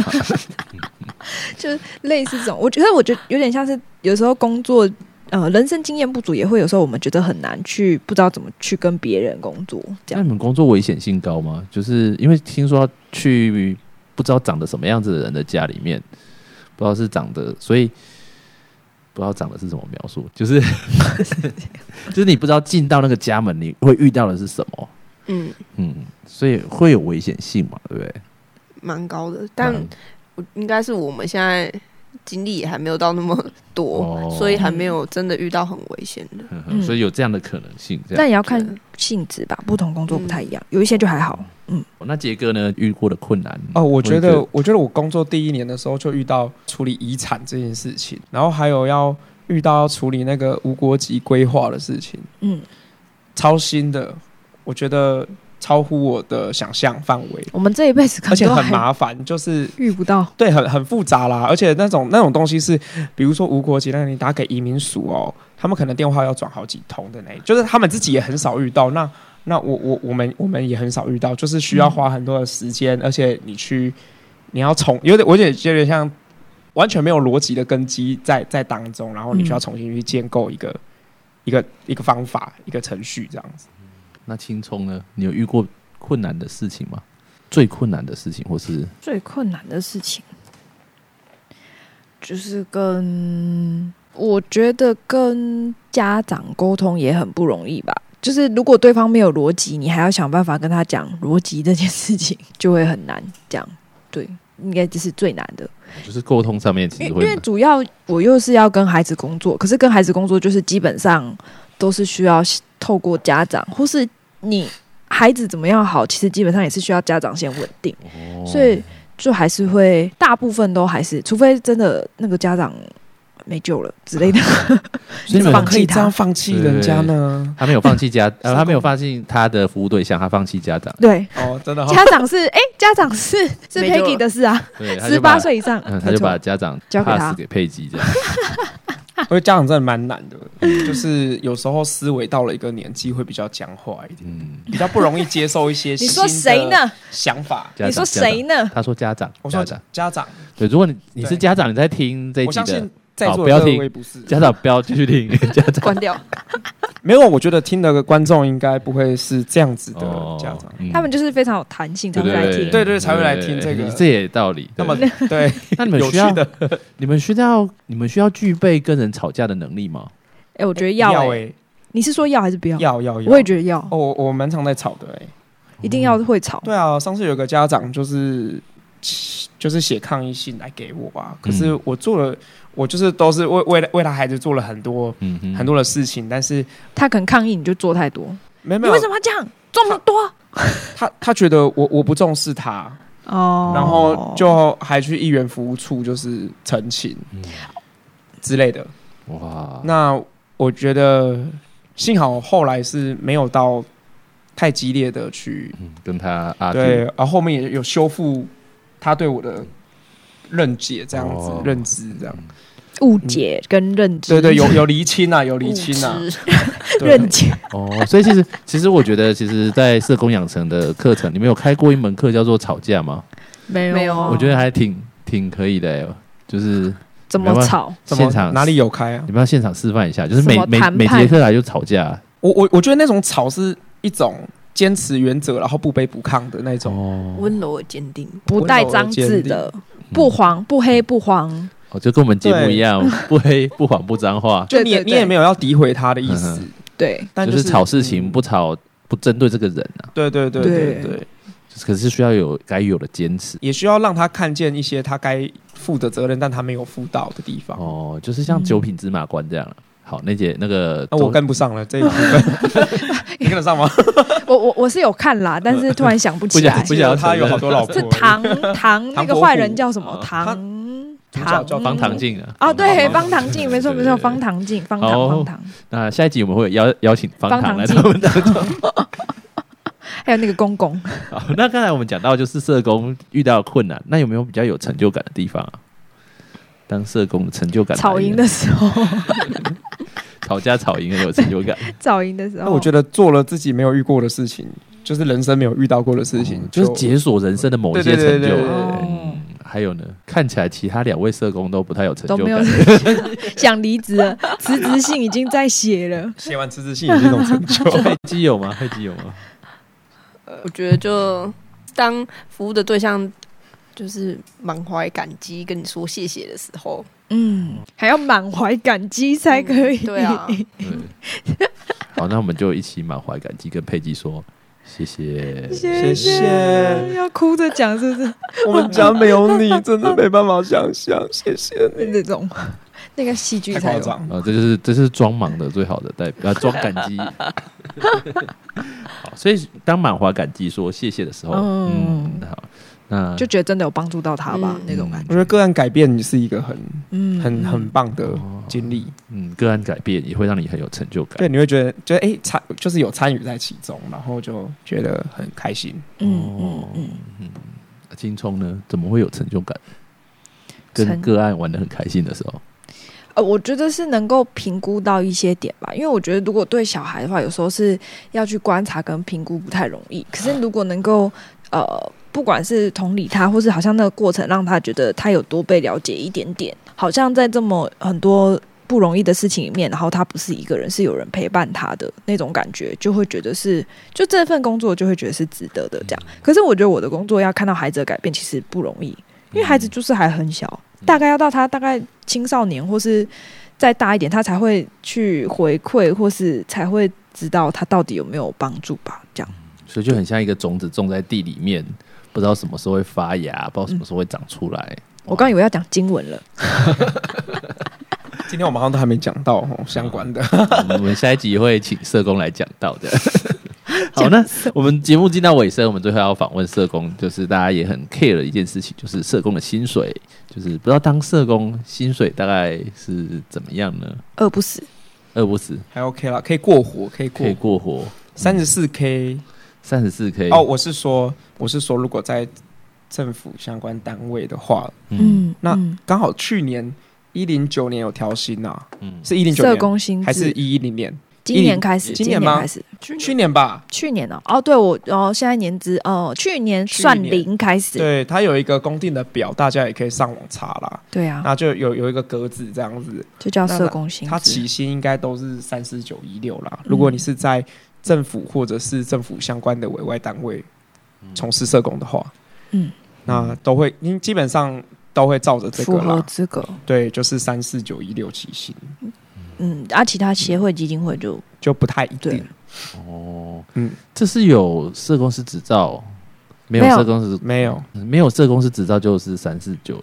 B: 就是类似这种，我觉得我觉得有点像是有时候工作，呃，人生经验不足，也会有时候我们觉得很难去不知道怎么去跟别人工作，这
A: 那
B: 样
A: 你们工作危险性高吗？就是因为听说去不知道长得什么样子的人的家里面，不知道是长得，所以不知道长得是什么描述，就是
B: <laughs>
A: 就是你不知道进到那个家门你会遇到的是什么，
D: 嗯，
A: 嗯，所以会有危险性嘛，对不对？
D: 蛮高的，但
A: 嗯
D: 我应该是我们现在经历也还没有到那么多，
A: 哦
D: 所以还没有真的遇到很危险
C: <laughs>
D: 的。
A: 嗯
B: 嗯
A: 哼所以有这样的可能性。这样，
C: 啊
B: 但也要看性质吧，不同工作不太一样，有一些就还好，嗯，
A: 那杰哥呢遇过的困难
C: 哦，我觉
A: 我也觉
C: 得
A: 得，
C: 我觉得我工作第一年的时候就遇到处理遗产这件事情，然后还有要遇到要处理那个无国籍规划的事情，
B: 嗯，
C: 超新的。我觉得超乎我的想象范围，
B: 我们这一辈子可
C: 而
B: 能
C: 且
B: 都
C: 很
B: 还
C: 麻烦，就是
B: 遇不到。
C: 对，很很复杂啦，而且那种那种东西是，比如说无国籍，那你打给移民署哦，他们可能电话要转好几通的呢，就是他们自己也很少遇到。那那我我我们我们也很少遇到，就是需要花很多的时间，而且你去你要重有点，我也觉得像完全没有逻辑的根基在在当中，然后你需要
B: 嗯
C: 重新去建构一个、一个一个方法一个程序这样子。
A: 那青葱呢？你有遇过困难的事情吗？最困难的事情，或是
B: 最困难的事情，就是跟我觉得跟家长沟通也很不容易吧。就是如果对方没有逻辑，你还要想办法跟他讲逻辑这件事情，就会很难讲。对，应该这是最难的。
A: 就是沟通上面其
B: 因
A: 实
B: 因
A: 会
B: 为主要我又是要跟孩子工作，可是跟孩子工作就是基本上都是需要透过家长，或是你孩子怎么样好，其实基本上也是需要家长先稳定，
A: 哦
B: 所以就还是会大部分都还是，除非真的那个家长没救了之类的，
A: 嗯
B: <laughs>
A: 所以你
B: 放
A: 们
B: 弃
C: 可以
B: 他
C: 这样放弃人家呢？
A: 他没有放弃
B: <laughs>
A: 家，
C: 是
A: 呃，他没有放弃他的服务对象，他放弃家长。
B: 对。
C: 哦，真的哈、
B: 家长是哎、家长
A: <laughs>
B: 是是
D: 没救了
B: Peggy 的事啊，
A: 对，哎他
B: 十
A: 就把
B: 八，岁以上，
A: 嗯，他就
B: 没
A: 把
B: 错
A: 家长
B: 交给他
A: pass 给佩吉这样。
C: 因为家长真的蛮难的，就是有时候思维到了一个年纪会比较僵化一点，
A: 嗯，
C: 比较不容易接受一些
B: <laughs> 你说谁呢？？
C: 想法。
A: 家长嗯
B: 你说谁？
A: 家
B: 呢
A: 长？他说家长，
C: 我
A: 家
C: 说
A: 长。
C: 家长，
A: 对，如果你你是
C: 对
A: 家长，你在听这一
C: 我
A: 集
C: 相
A: 的
C: 信在
A: 好
C: 座
A: 不要
C: 的各
A: 听
C: 位不是
A: 家长，不要继续
C: <laughs>
A: 听家长。
D: 关掉。
C: 没有，我觉得听的观众应该不会是这样子的家长。
A: 嗯
B: 他们就是非常有弹性，才
A: 对
B: 会
A: 对
B: 来
A: 对
B: 听。
C: 对对才会来听这个
A: 对这也道理。
C: 那么
A: <laughs> 对
C: 对，
A: 那你们
C: 有
A: 需
C: 趣
A: 要
C: 的
A: 你们需要你们需要具备跟人吵架的能力吗？
B: 哎、我觉得要、哎、
C: 哎
B: 你是说要还是不要？
C: 要要要，
B: 我也觉得要，
C: 哦，我我蛮常在吵的哎。
B: 一定要会吵。
C: 对啊，上次有个家长就是就是写抗议信来给我啊，可
A: 嗯
C: 是我做了，我就是都是为为了为他孩子做了很多
A: 嗯哼
C: 很多的事情，但是
B: 他可能抗议你就做太多，
C: 没没
B: 你
C: 有
B: 为什么要这样这么多？
C: 他他觉得我我不重视他，
B: 哦
C: 然后就还去议员服务处就是澄清
A: 嗯
C: 之类的。
A: 哇，
C: 那我觉得幸好后来是没有到太激烈的去
A: 嗯跟他啊
C: 对，然后后面也有修复他对我的认解，这样子、
A: 哦
C: 认知这样。
B: 误解跟认知，
C: 对对，有有厘清啊，有厘清啊，
B: 嗯
D: 物质
C: 对
B: 认解，
A: 哦，所以其实其实我觉得，其实，在社工养成的课程，你们有开过一门课叫做吵架吗？
B: 没
D: 有没有哦
A: 我觉得还挺挺可以的欸，就是
B: 怎么吵？
C: 怎么
A: 现场
C: 哪里有开啊？
A: 你们要现场示范一下，就是每
B: 什么
A: 每
B: 谈判
A: 每节课来就吵
C: <laughs>
A: 架
C: 我我我觉得那种吵是一种坚持原则，然后不卑不亢的那种。
A: 哦，
D: 温柔而坚定，
B: 不带脏字的，不黄不黑不黄，
A: 哦，就跟我们节目
C: 对
A: 一
B: <laughs>
A: 样，不黑不谎不脏话，
C: 就你也
B: 对对对
C: 你也没有要诋毁他的意
A: 嗯
C: 思，
B: 对，
C: <laughs> 但
A: 就是是吵事
C: 嗯
A: 情不吵不针对这个人啊，
C: 对对对
B: 对
C: 对对，
A: 就是可是需要有该有的坚持
C: 也需要让他看见一些他该负的责任，但他没有负到的地方。
A: 哦，就是像
B: 嗯
A: 九品芝麻官这样啊。好，那姐那个
C: 那
A: 周
C: 我跟不上了这一部分，
B: <laughs>
C: 你跟得上吗？
B: 我我我是有看啦，但是突然想不起
C: <laughs>
B: 来
A: <laughs> 不，想要
C: 他有好多老婆
B: 是，哦唐唐那个坏人叫什么？
C: 唐伯
B: 唐
C: 虎
B: 唐
C: 啊叫叫
A: 方唐镜啊。
B: 哦，对，方
C: 方
B: 唐镜，没错没错，方唐镜，方唐
A: 好
B: 方唐，
A: 那下一集我们会邀邀请方
B: 方
A: 唐来
B: 唐
A: 到我们
B: 还有那个公公，
A: 好， <laughs> 那刚才我们讲到就是社工遇到困难，那有没有比较有成就感的地方啊？当社工的成就感来源，
B: 吵赢的时候，
A: 吵架吵赢很有成就
C: <laughs>
A: 感，
B: 吵赢的时
C: 那
B: 候，
C: 我觉得做了自己没有遇过的事情，就是人生没有遇到过的事情
A: 嗯，就是解锁人生的某一些
C: 对对
A: 成
C: 对
A: 就。
C: 对对
B: 对
A: 嗯，还有呢，看起来其他两位社工都不太有成
B: 都
A: 就
B: 没有
A: 感。
B: 想 <laughs> 离职了，辞职信已经在写了。
C: 写完辞职信也是一种成
B: <laughs>
C: 就。
A: 会基友吗？会基友吗？
D: 呃我觉得就当服务的对象就是满怀感激跟你说谢谢的时候，
B: 嗯，还要满怀感激才可以。
D: 嗯对 <laughs> 啊，
A: 对。好，那我们就一起满怀感激跟佩姬说谢谢。
B: <laughs> 谢
C: 谢谢
B: 要哭着讲是不 <laughs> 是？
C: <laughs> 我们家没
B: <laughs>
C: 有你，真的没办法想象。谢谢你，
B: 这种 <laughs> 那个戏剧
C: 太
B: 才
C: 夸
B: 有。
C: 张了。
A: 啊，这就是这是装忙的最好的代表，啊装感
B: <laughs>
A: 激。好，所以当满怀感激说谢谢的时候，
B: 嗯
A: 嗯，好，那
B: 就觉得真的有帮助到他吧、
D: 嗯
B: 那种感觉。
C: 我觉得个案改变是一个很
B: 嗯，
C: 很很棒的
A: 哦
C: 经历，
A: 嗯，个案改变也会让你很有成就感。
C: 对，你会觉得觉得哎参就是有参与在其中，然后就觉得很开心。
B: 嗯
A: 哦
B: 嗯嗯，
A: 金冲呢，怎么会有成就感？跟
B: 成
A: 个案玩的很开心的时候，
B: 呃，我觉得是能够评估到一些点吧，因为我觉得如果对小孩的话，有时候是要去观察跟评估不太容易。可是如果能够呃，不管是同理他，或是好像那个过程让他觉得他有多被了解一点点，好像在这么很多不容易的事情里面，然后他不是一个人，是有人陪伴他的那种感觉，就会觉得是就这份工作就会觉得是值得的这样。可是我觉得我的工作要看到孩子的改变，其实不容易，因为孩子就是还很小，大概要到他大概青少年或是再大一点，他才会去回馈，或是才会知道他到底有没有帮助吧。这样，
A: 所以就很像一个种子种在地里面，不知道什么时候会发芽，不知道
B: 嗯
A: 什么时候会长出来。
B: 我刚以为要讲经文了，
C: 今天我们好像都还没讲到哦相关的，
A: 我们下一集会请社工来讲到
B: <laughs>
A: 的。好，那我们节目进到尾声，我们最后要访问社工，就是大家也很 care 的一件事情，就是社工的薪水，就是不知道当社工薪水大概是怎么样呢？
B: 饿不死。
A: 饿不死，
B: 哦
C: 还 OK 啦，可以过活，可以
A: 可以嗯
C: 过
A: 过活，
C: 三十四 K
A: 三十四 K
C: 哦，，我是说我是说，如果在政府相关单位的话，
A: 嗯
C: 那
B: 嗯
C: 刚好去年一零九年有调薪呐，
A: 嗯，
C: 是一零九
B: 社
C: 年
B: 工薪
C: 还是
B: 资
C: 一一零年？
B: 今年开始，今
C: 今年吗
B: 开始，
C: 去年吧，
B: 去年哦，哦，对我哦，现在年资哦，去年算
C: 去年
B: 零开始，
C: 对，它有一个公定的表，大家也可以上网查啦。
B: 对啊，
C: 那就有有一个格子这样子，
B: 就叫
C: 那
B: 社工薪
C: 它
B: 资。
C: 起薪应该都是三四九一六
B: 嗯
C: 啦。如果你是在政府或者是政府相关的委外单位
A: 嗯
C: 从事社工的话，
B: 嗯，
C: 那都会，因基本上都会照着这
B: 符
C: 个
B: 合
C: 啦。
B: 资格，
C: 对，就是三四九一六起薪，
B: 嗯，啊，其他协会、基金会就
C: 就不太一
B: 对
C: 定。
A: 哦，
C: 嗯，
A: 这是有社工师执照，没
B: 没
A: 有
B: 有
A: 社工师
C: 没有，
A: 没有社工师执照就是三四九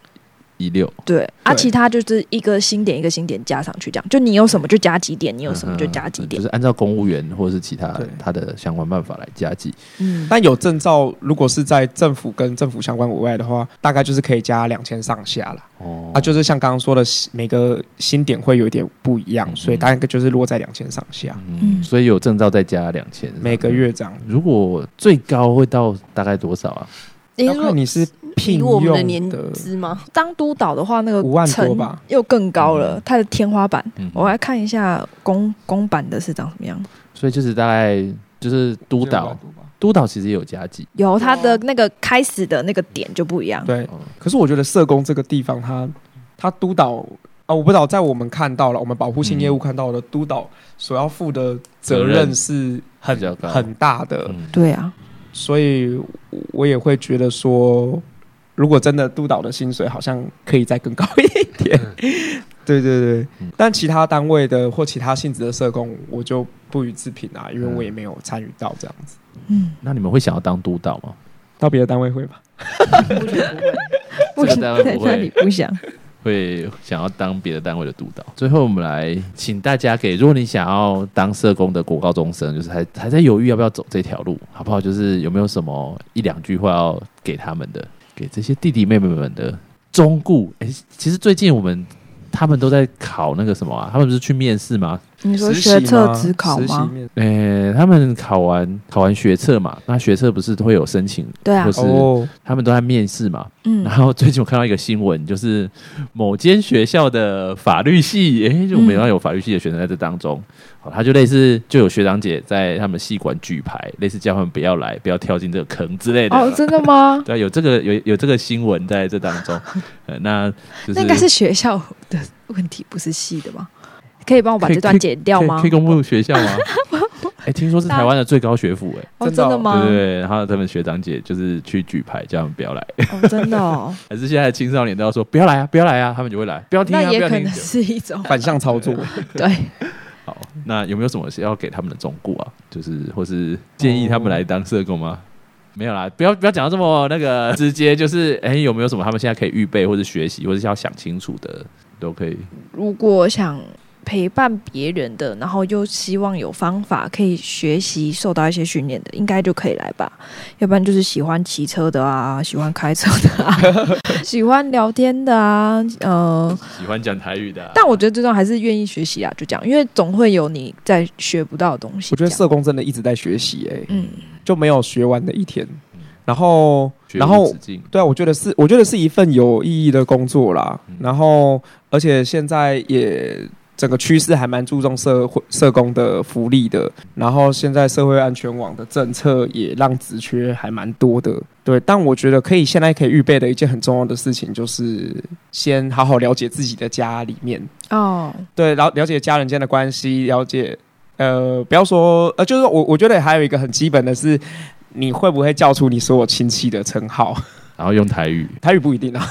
A: 一六，
B: 对，啊，
C: 对
B: 其他就是一个星点一个星点加上去，这样，就你有什么就加几点，你有什么就加几
A: 嗯就
B: 点
A: 是，按照公务员或者是其他
C: 对
A: 他的相关办法来加计。
B: 嗯，
C: 但有证照，如果是在政府跟政府相关委外的话，大概就是可以加两千上下啦。
A: 哦
C: 啊，就是像刚刚说的，每个新点会有一点不一样，
A: 嗯
C: 所以大概就是落在两千上下，
A: 嗯，
B: 嗯
A: 所以有证照再加两千，
C: 每个。月这样。
A: 如果最高会到大概多少啊？
B: 你
C: 要
B: 如果
C: 看你是聘
D: 以我们的
C: 用的
D: 年资吗？
B: 当督导的话，那个
C: 五万多
B: 层
C: 吧，
B: 又更高了
A: 嗯，
B: 它的天花板。
A: 嗯，
B: 我来看一下公公版的是长什么样，
A: 所以就是大概就是督导，督导其实也有加计。
B: 有它的那个开始的那个点就不一样。
C: 对。
A: 嗯
C: 可是我觉得社工这个地方它，它督导啊，我不知道在我们看到了，我们保护性业务看到的督导所要负的责
A: 嗯责任
C: 任是很
A: 比较高
C: 很大的，
A: 嗯
B: 对啊，
C: 所以我也会觉得说，如果真的督导的薪水好像可以再更高一点。 <laughs> 对对对
A: 嗯，
C: 但其他单位的或其他性质的社工，我就不予置评啊，因为
A: 嗯
C: 我也没有参与到这样子。
B: 嗯，
A: 那你们会想要当督导吗？
C: 到别的单位会吧？
D: 我觉得不会。
A: 这个
B: 不
A: 单位不会
B: 那你不想？
A: 会想要当别的单位的督导。最后，我们来请大家给，如果你想要当社工的国高中生，就是还还在犹豫要不要走这条路，好不好？就是有没有什么一两句话要给他们的，给这些弟弟妹妹们的忠固？哎、其实最近我们他们都在考那个什么啊，他们不是去面试吗？
B: <laughs> 你说
C: 实习
B: 学测
C: 吗
B: 只考
C: 实习
B: 吗？
C: 面
A: 呃、他们考完考完学测嘛，那学测不是都会有申请，
B: 对啊
A: 不，是
C: 哦，
A: 他们都在面试嘛。
B: 嗯
A: 然，后最近我看到一个新闻，就是某间学校的法律系，诶、就我们原来有法律系的学生在这当
B: 嗯
A: 中，好，他就类似就有学长姐在他们系馆举牌，类似叫他们不要来，不要跳进这个坑之类的。
B: 哦，真的吗？
A: <laughs> 对，有这个有有这个新闻在这当
B: <laughs>
A: 中，呃、那就是
B: 那应该是学校的问题，不是系的吧？可以帮我把
A: 可以
B: 这段剪掉
A: 可以
B: 吗
A: 可以？公布学校吗？ <laughs> 哎、听说是台湾的最高学府、诶，
B: 哦，
C: 真的
B: 真
C: 哦
B: 的
A: 哎，
B: 吗
A: 对？对对，然后他们学长姐就是去举牌，叫他们不要来，
B: 哦，真的哦，
A: 还是现在的青少年都要说不要来啊，不要来啊，他们就会来，不 <laughs> 要听啊，
B: 那
A: 不
B: 也
A: 要
B: 可
A: 听
B: 能
A: 啊。
B: 是一种
C: 反向操作。
B: 对。
A: 好，那有没有什么是要给他们的忠告啊？就是或是建议他们来当社工吗？没有啦，不要不要讲到这么那个直接，就是哎、有没有什么他们现在可以预备或者学习，或者是要想清楚的，都可以。
B: 如果想陪伴别人的，然后又希望有方法可以学习受到一些训练的，应该就可以来吧。要不然就是喜欢骑车的啊，喜欢开车的啊， <laughs> 喜欢聊天的啊，呃，
A: 喜欢讲台语的、啊，
B: 但我觉得最终还是愿意学习啊，就这样，因为总会有你在学不到的东西。
C: <laughs> 我觉得
B: 这样
C: 社工真的一直在学习，哎，
B: 嗯，
C: 就没有学完的一天。然后，
A: 学
C: 然
A: 无
C: 后
A: 止境
C: 对啊，我觉得是，我觉得是一份有意义的工作啦。
A: 嗯
C: 然后，而且现在也整个趋势还蛮注重社会社工的福利的。然后，现在社会安全网的政策也让职缺还蛮多的。对，但我觉得可以现在可以预备的一件很重要的事情，就是先好好了解自己的家里面，
B: 哦，
C: 对，了了解家人间的关系，了解呃，不要说呃，就是说我我觉得还有一个很基本的是，你会不会叫出你所有亲戚的称号？ <laughs>
A: 然后用台语。
C: 台语不一定啊，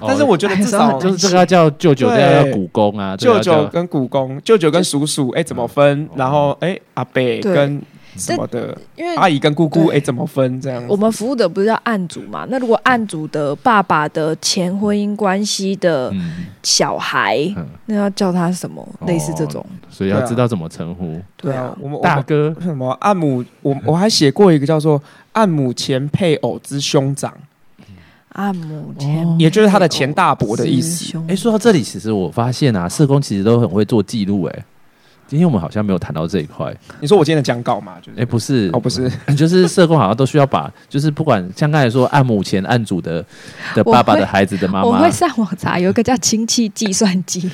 C: 但是
A: 哦
C: 我觉得至
B: 哎有时候
C: 少
B: 很
A: 就是这个要叫舅舅，这
C: 对
A: 个要叫古公啊，哦这个
C: <laughs> 舅
A: 要
C: 舅
A: 叫
C: 跟姑公、舅舅跟叔叔，哎、怎么分？然后哎、阿伯跟什么的，
B: 因为
C: 阿姨跟姑姑，哎、
B: 对
C: 怎么分？这样
B: 我们服务的不是叫案主嘛？那如果案主的爸爸的前婚姻关系的
A: 嗯，
B: 小孩，
A: 嗯
B: 那要叫他什么？
A: 哦
B: 类似这种，
A: 所以要知道怎么称呼
C: 对啊，我们我
A: 大
C: 们
A: 哥。
C: 什么按母，我我还写过一个叫做按母前配偶之兄长，
B: 按摩前、
A: 哦
C: 啊也就是他的前大伯的意思。
A: 哎，说到这里，其实我发现啊，社工其实都很会做记录。哎，今天我们好像没有谈到这一块。
C: 你说我今天的讲稿嘛？就是
A: 哎，不是
C: 哦，，不是，
A: 就是社工好像都需要把，就是不管像刚才说按母前按主的的
B: 我
A: 爸爸
B: 会
A: 的孩子的妈
B: 我
A: 妈
B: 会，上网查，有一个叫亲戚计算
C: <laughs>
B: 机，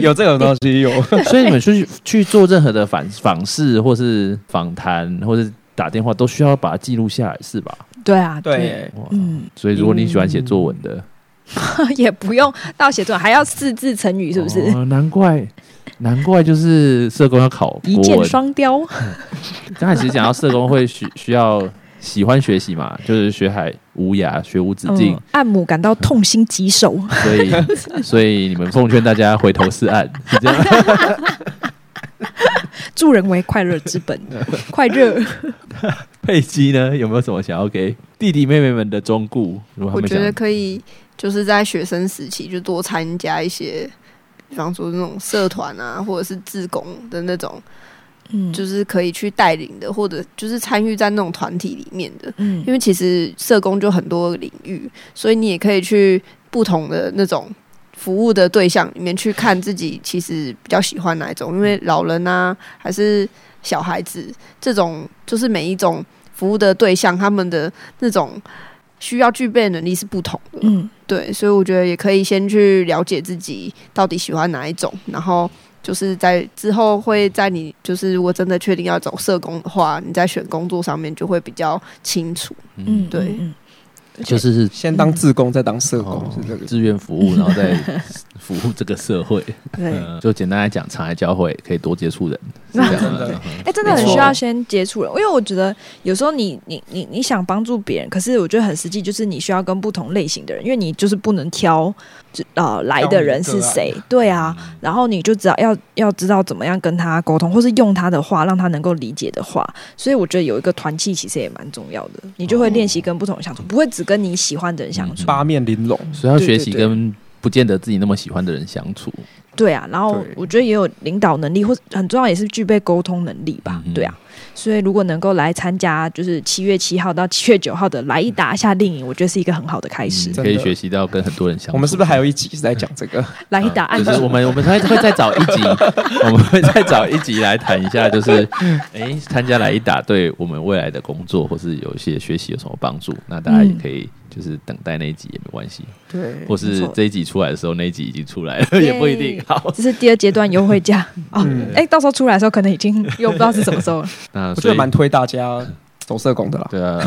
C: 有这种东西有。
A: 所以你们去去做任何的访访视或是访谈或是打电话，都需要把它记录下来，是吧？
B: 对啊，
C: <laughs> 对，
A: 哇，
B: 嗯， <laughs>
A: 所以如果你喜欢写作文的，
B: 也不用到写作文，还要四字成语，是不是？
A: 哦难怪，难怪就是社工要考
B: 一
A: 国
B: 箭
A: 文。
B: 双雕，
A: 刚才其实讲到社工会需需要喜欢学习嘛，就是学海无涯，学无止境
B: 嗯，，按母感到痛心疾首。 <laughs>
A: 所以所以你们奉劝大家回头是岸，是这样吗。
B: 助人为快乐之
D: <laughs>
B: 本，
D: 嗯
B: 快乐。
A: <laughs> 佩姬呢，有没有什么想要给弟弟妹妹们的忠告？如果他
D: 我
A: 们
D: 觉得
A: 想
D: 可以，就是在学生时期就多参加一些，比方说那种社团啊，或者是志工的那种，
B: 嗯，
D: 就是可以去带领的，或者就是参与在那种团体里面的。
B: 嗯
D: 因为其实社工就很多领域，所以你也可以去不同的那种服务的对象里面去看自己其实比较喜欢哪一种，因为老人啊，还是小孩子这种，就是每一种服务的对象，他们的那种需要具备的能力是不同的。
B: 嗯
D: 对，所以我觉得也可以先去了解自己到底喜欢哪一种，然后就是在之后会在你就是如果真的确定要走社工的话，你在选工作上面就会比较清楚。
B: 嗯，
D: 对
B: 嗯，嗯
A: 就是
C: 先当志工，再当社工
A: 哦，
C: 是这个。
A: 志愿服务，然后
C: <laughs>
A: 再服务这个社会。
B: 对。
A: 嗯，就简单来讲，常来教会可以多接触人，是这样
C: 真
A: 的
C: 的。
B: 哎、真的很
C: 没错
B: 需要先接触人，因为我觉得有时候你你你你想帮助别人，可是我觉得很实际，就是你需要跟不同类型的人，因为你就是不能挑，就呃来的人是谁，对啊，然后你就知道要要知道怎么样跟他沟通，或是用他的话让他能够理解的话，所以我觉得有一个团契其实也蛮重要的，你就会练习跟不同人相处，不会只跟你喜欢的人相处，
C: 八面玲珑，
A: 嗯所以要学习
B: 对对对
A: 跟不见得自己那么喜欢的人相处。嗯
B: 对啊，然后
C: 对
B: 我觉得也有领导能力，或很重要也是具备沟通能力吧
A: 嗯，哼
B: 对啊。所以如果能够来参加，就是七月七号到七月九号的来一打夏令营，我哎觉得是一个很好的开始
A: 嗯。
C: 真
A: 可
C: 的
A: 以学习到跟很多人相处。
C: 我们是不是还有一集是在
A: <laughs>
C: 讲这个？
B: 来一打
A: 嗯
B: 案
A: 就是我们我们会会再找一集，我们会再找一集来谈一下，就是哎，参加来一打对我们未来的工作或是有一些学习有什么帮助？那大家也可以就是等待那一集也没关系，
C: 对，
A: 或
B: 没
A: 是
B: 错
A: 这一集出来的时候，那一集已经出来了，也不一定好。
B: 这是第二阶段优惠
A: <laughs>
B: 价哦。
A: 嗯
B: 哎、到时候出来的时候可能已经又不知道是什么时候了
A: 那
C: 我觉
A: 所
C: 得
A: 以
C: 蛮推
A: <laughs>
C: 大家走社工的啦。
A: 对
C: <laughs>
A: 啊，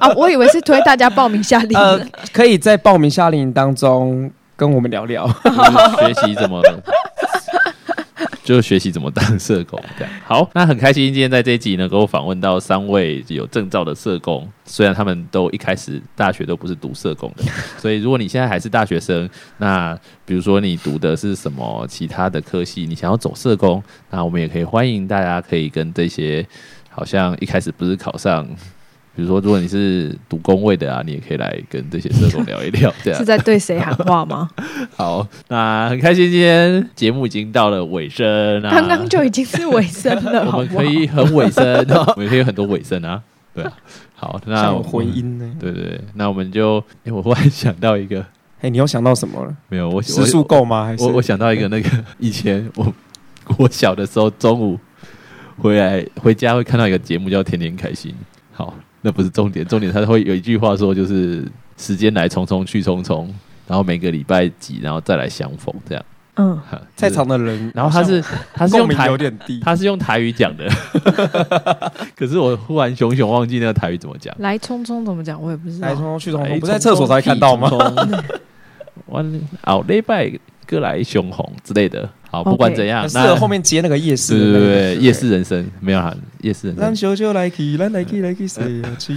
B: 啊！我以为是推大家报名夏令营。
C: 呃，可以在报名夏令营当中跟我们聊聊。
A: <laughs> 啊
C: <laughs>
A: 就是学习怎么。就是学习怎么当社工这样。好，那很开心今天在这一集能够访问到三位有证照的社工，虽然他们都一开始大学都不是读社工的， <laughs> 所以如果你现在还是大学生，那比如说你读的是什么其他的科系，你想要走社工，那我们也可以欢迎大家可以跟这些好像一开始不是考上比如说，如果你是读工位的啊，你也可以来跟这些社工聊一聊，这样
B: 是。在对谁喊
A: <laughs>
B: 话吗？
A: 啊好，那很开心，今天节目已经到了尾声啊，
B: 刚刚就已经是尾声了，
A: 我
B: 好
A: 们
B: 不好
A: 可？以很尾声，哦我们可以有很多尾声啊，对啊。好，那
C: 像
A: 我
C: 有
A: 们
C: 回音呢、
A: 对对对，那我们就，诶我忽然想到一个，
C: 哎、你又想到什么了？
A: 没有，我
C: 时速够吗？还是
A: 我我想到一个那个以前我我小的时候中午回来回家会看到一个节目叫《天天开心》。好，那不是重点，重点它会有一句话说就是时间来匆匆去匆匆，然后每个礼拜几，然后再来相逢这样。
B: 嗯，
A: 哈就是
C: 在场的人，
A: 然后他是他是
C: 共
A: 用
C: 鸣
A: 台
C: 有点低，
A: 他是用台语讲的， <laughs> 可是我忽然熊熊忘记那个台语怎么讲。
B: 来匆匆怎么讲？我也不知道
C: 来。冲去冲
A: 哎
C: 冲，不在厕所才看到吗？ <laughs>
A: 匆匆屁匆匆我后礼拜过来熊红之类的。好，不管
B: OK
A: 怎样
C: 很，适
A: 那
C: 合后面接那个夜市
A: 对
C: 的那
A: 对
C: 个，
A: 对，夜市人生没有啦，夜市人
C: 咱
A: 生
C: 小小来去，咱来去
A: <laughs>
C: 来去谁呀去？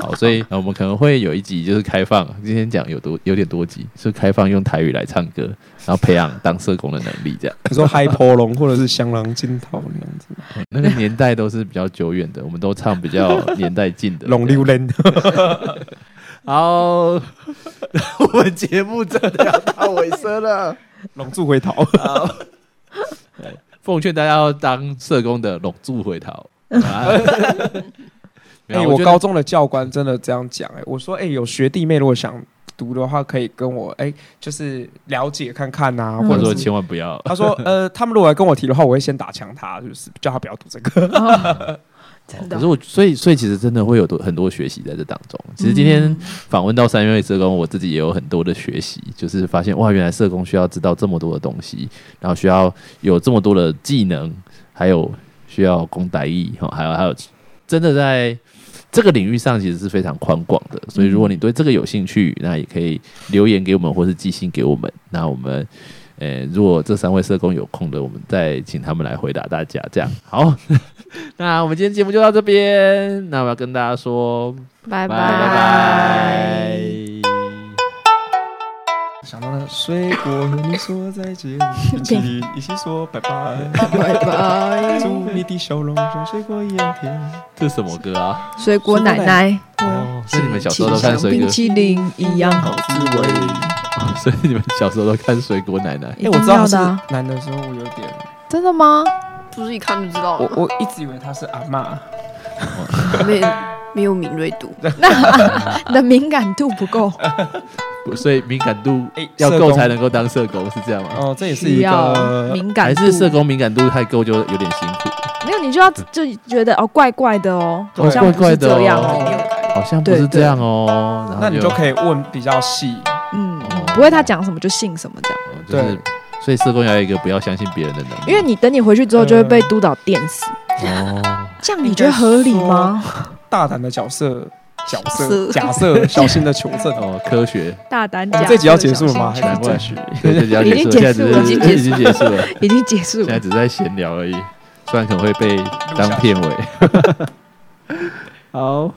A: 好，所
C: <laughs>
A: 以呃我们可能会有一集就是开放，今天讲有多有点多集，是开放用台语来唱歌，然后培养当社工的能力，这样 <laughs>
C: <laughs> 你说嗨婆龙或者是香囊金桃那样子，
A: 那个年代都是比较久远的，我们都唱比较年代近的。
C: <laughs> 龙溜人，
A: <laughs> 好， <laughs> 我们节目真的要到尾声了，
C: 龙柱 <laughs> 回逃。
A: 奉劝大家要当社工的拢住回 <laughs> 头。啊没有
C: 哎，我
A: 觉得
C: 高中的教官真的这样讲，哎，我说哎，有学弟妹如果想读的话，可以跟我哎，就是了解看看呐，
B: 嗯
C: 或
A: 他说
C: 者是。
A: 千万不要，
C: 他说：“呃，他们如果来跟我提的话，我会先打枪他，就是叫他不要读这个。
B: 哦真
A: 可
B: 的
A: 是，我，所以所以其实真的会有多很多学习在这当中。其实今
B: 嗯
A: 天访问到三月社工，我自己也有很多的学习，就是发现哇，原来社工需要知道这么多的东西，然后需要有这么多的技能，还有需要公代艺哈，还有还有真的在这个领域上其实是非常宽广的。所以如果你对这个有兴趣，那也可以留言给我们，或是寄信给我们。那我们。呃，如果这三位社工有空的，我们再请他们来回答大家。这样好，那我们今天节目就到这边。那我要跟大家说
D: 拜
A: 拜拜。拜
C: <laughs> 想到了水果和你说再见，冰淇淋一起说拜拜。
D: 拜拜。
C: 祝你的笑容像水果一样甜。
A: 这是什么歌啊？
B: 水果奶奶
A: 哦，是你们小时候都看水
B: 冰
A: 果，
B: 淇淋一样好吃。
C: 滋味。
A: 哦所以你们小时候都看水果奶奶。
C: 哎、我知道
B: 一定
C: 他
B: 要
C: 是
B: 的啊
C: 男的时候，我有点，
B: 真的吗？
D: 不是一看就知道
C: 我
D: 了，
C: 我一直以为他是阿嬷。
D: 没没有敏锐度。
B: 那你的敏感度不够，
A: 所以敏感度
C: 哎
A: 要
C: 社
A: 够
C: 工
A: 才能够当社工，是这样吗？
C: 哦，这也是
B: 需
C: 一
B: 要
C: 个
B: 敏
A: 还
B: 感度。
A: 是社工敏感度太够就有点辛苦？
B: 没有，你就要就觉得哦，怪怪的哦，
C: 对
B: 好像不是这样
A: 怪怪
B: 哦。
D: 嗯
A: 好像不是这样哦。然
C: 那
A: 后
C: 你就可以问比较细。
B: 嗯，不会他讲什么就信什么这样，
A: 哦就是，所以社工要有一个不要相信别人的能力。
B: 因为你等你回去之后就会被督导电死，
A: 哦，
B: 这样你觉得合理吗？
C: 大胆的角色，角色，
D: 是
C: 假设，小心的求证。
A: 哦，科学，
B: 大胆
C: 我
B: 讲
C: 们，这集要结束
B: <laughs>
C: 了吗？还
A: 难
C: 是
A: 怪
C: 继续？
A: 对对，了
B: 已
A: 解
B: 经
A: 现在
B: 结
A: 只
B: 束
A: 是
B: 了
A: 已经结束了，
B: 已经结束
A: 现在
B: 了。
A: 只是在闲聊而已，虽然可能会被当片尾。
C: 好。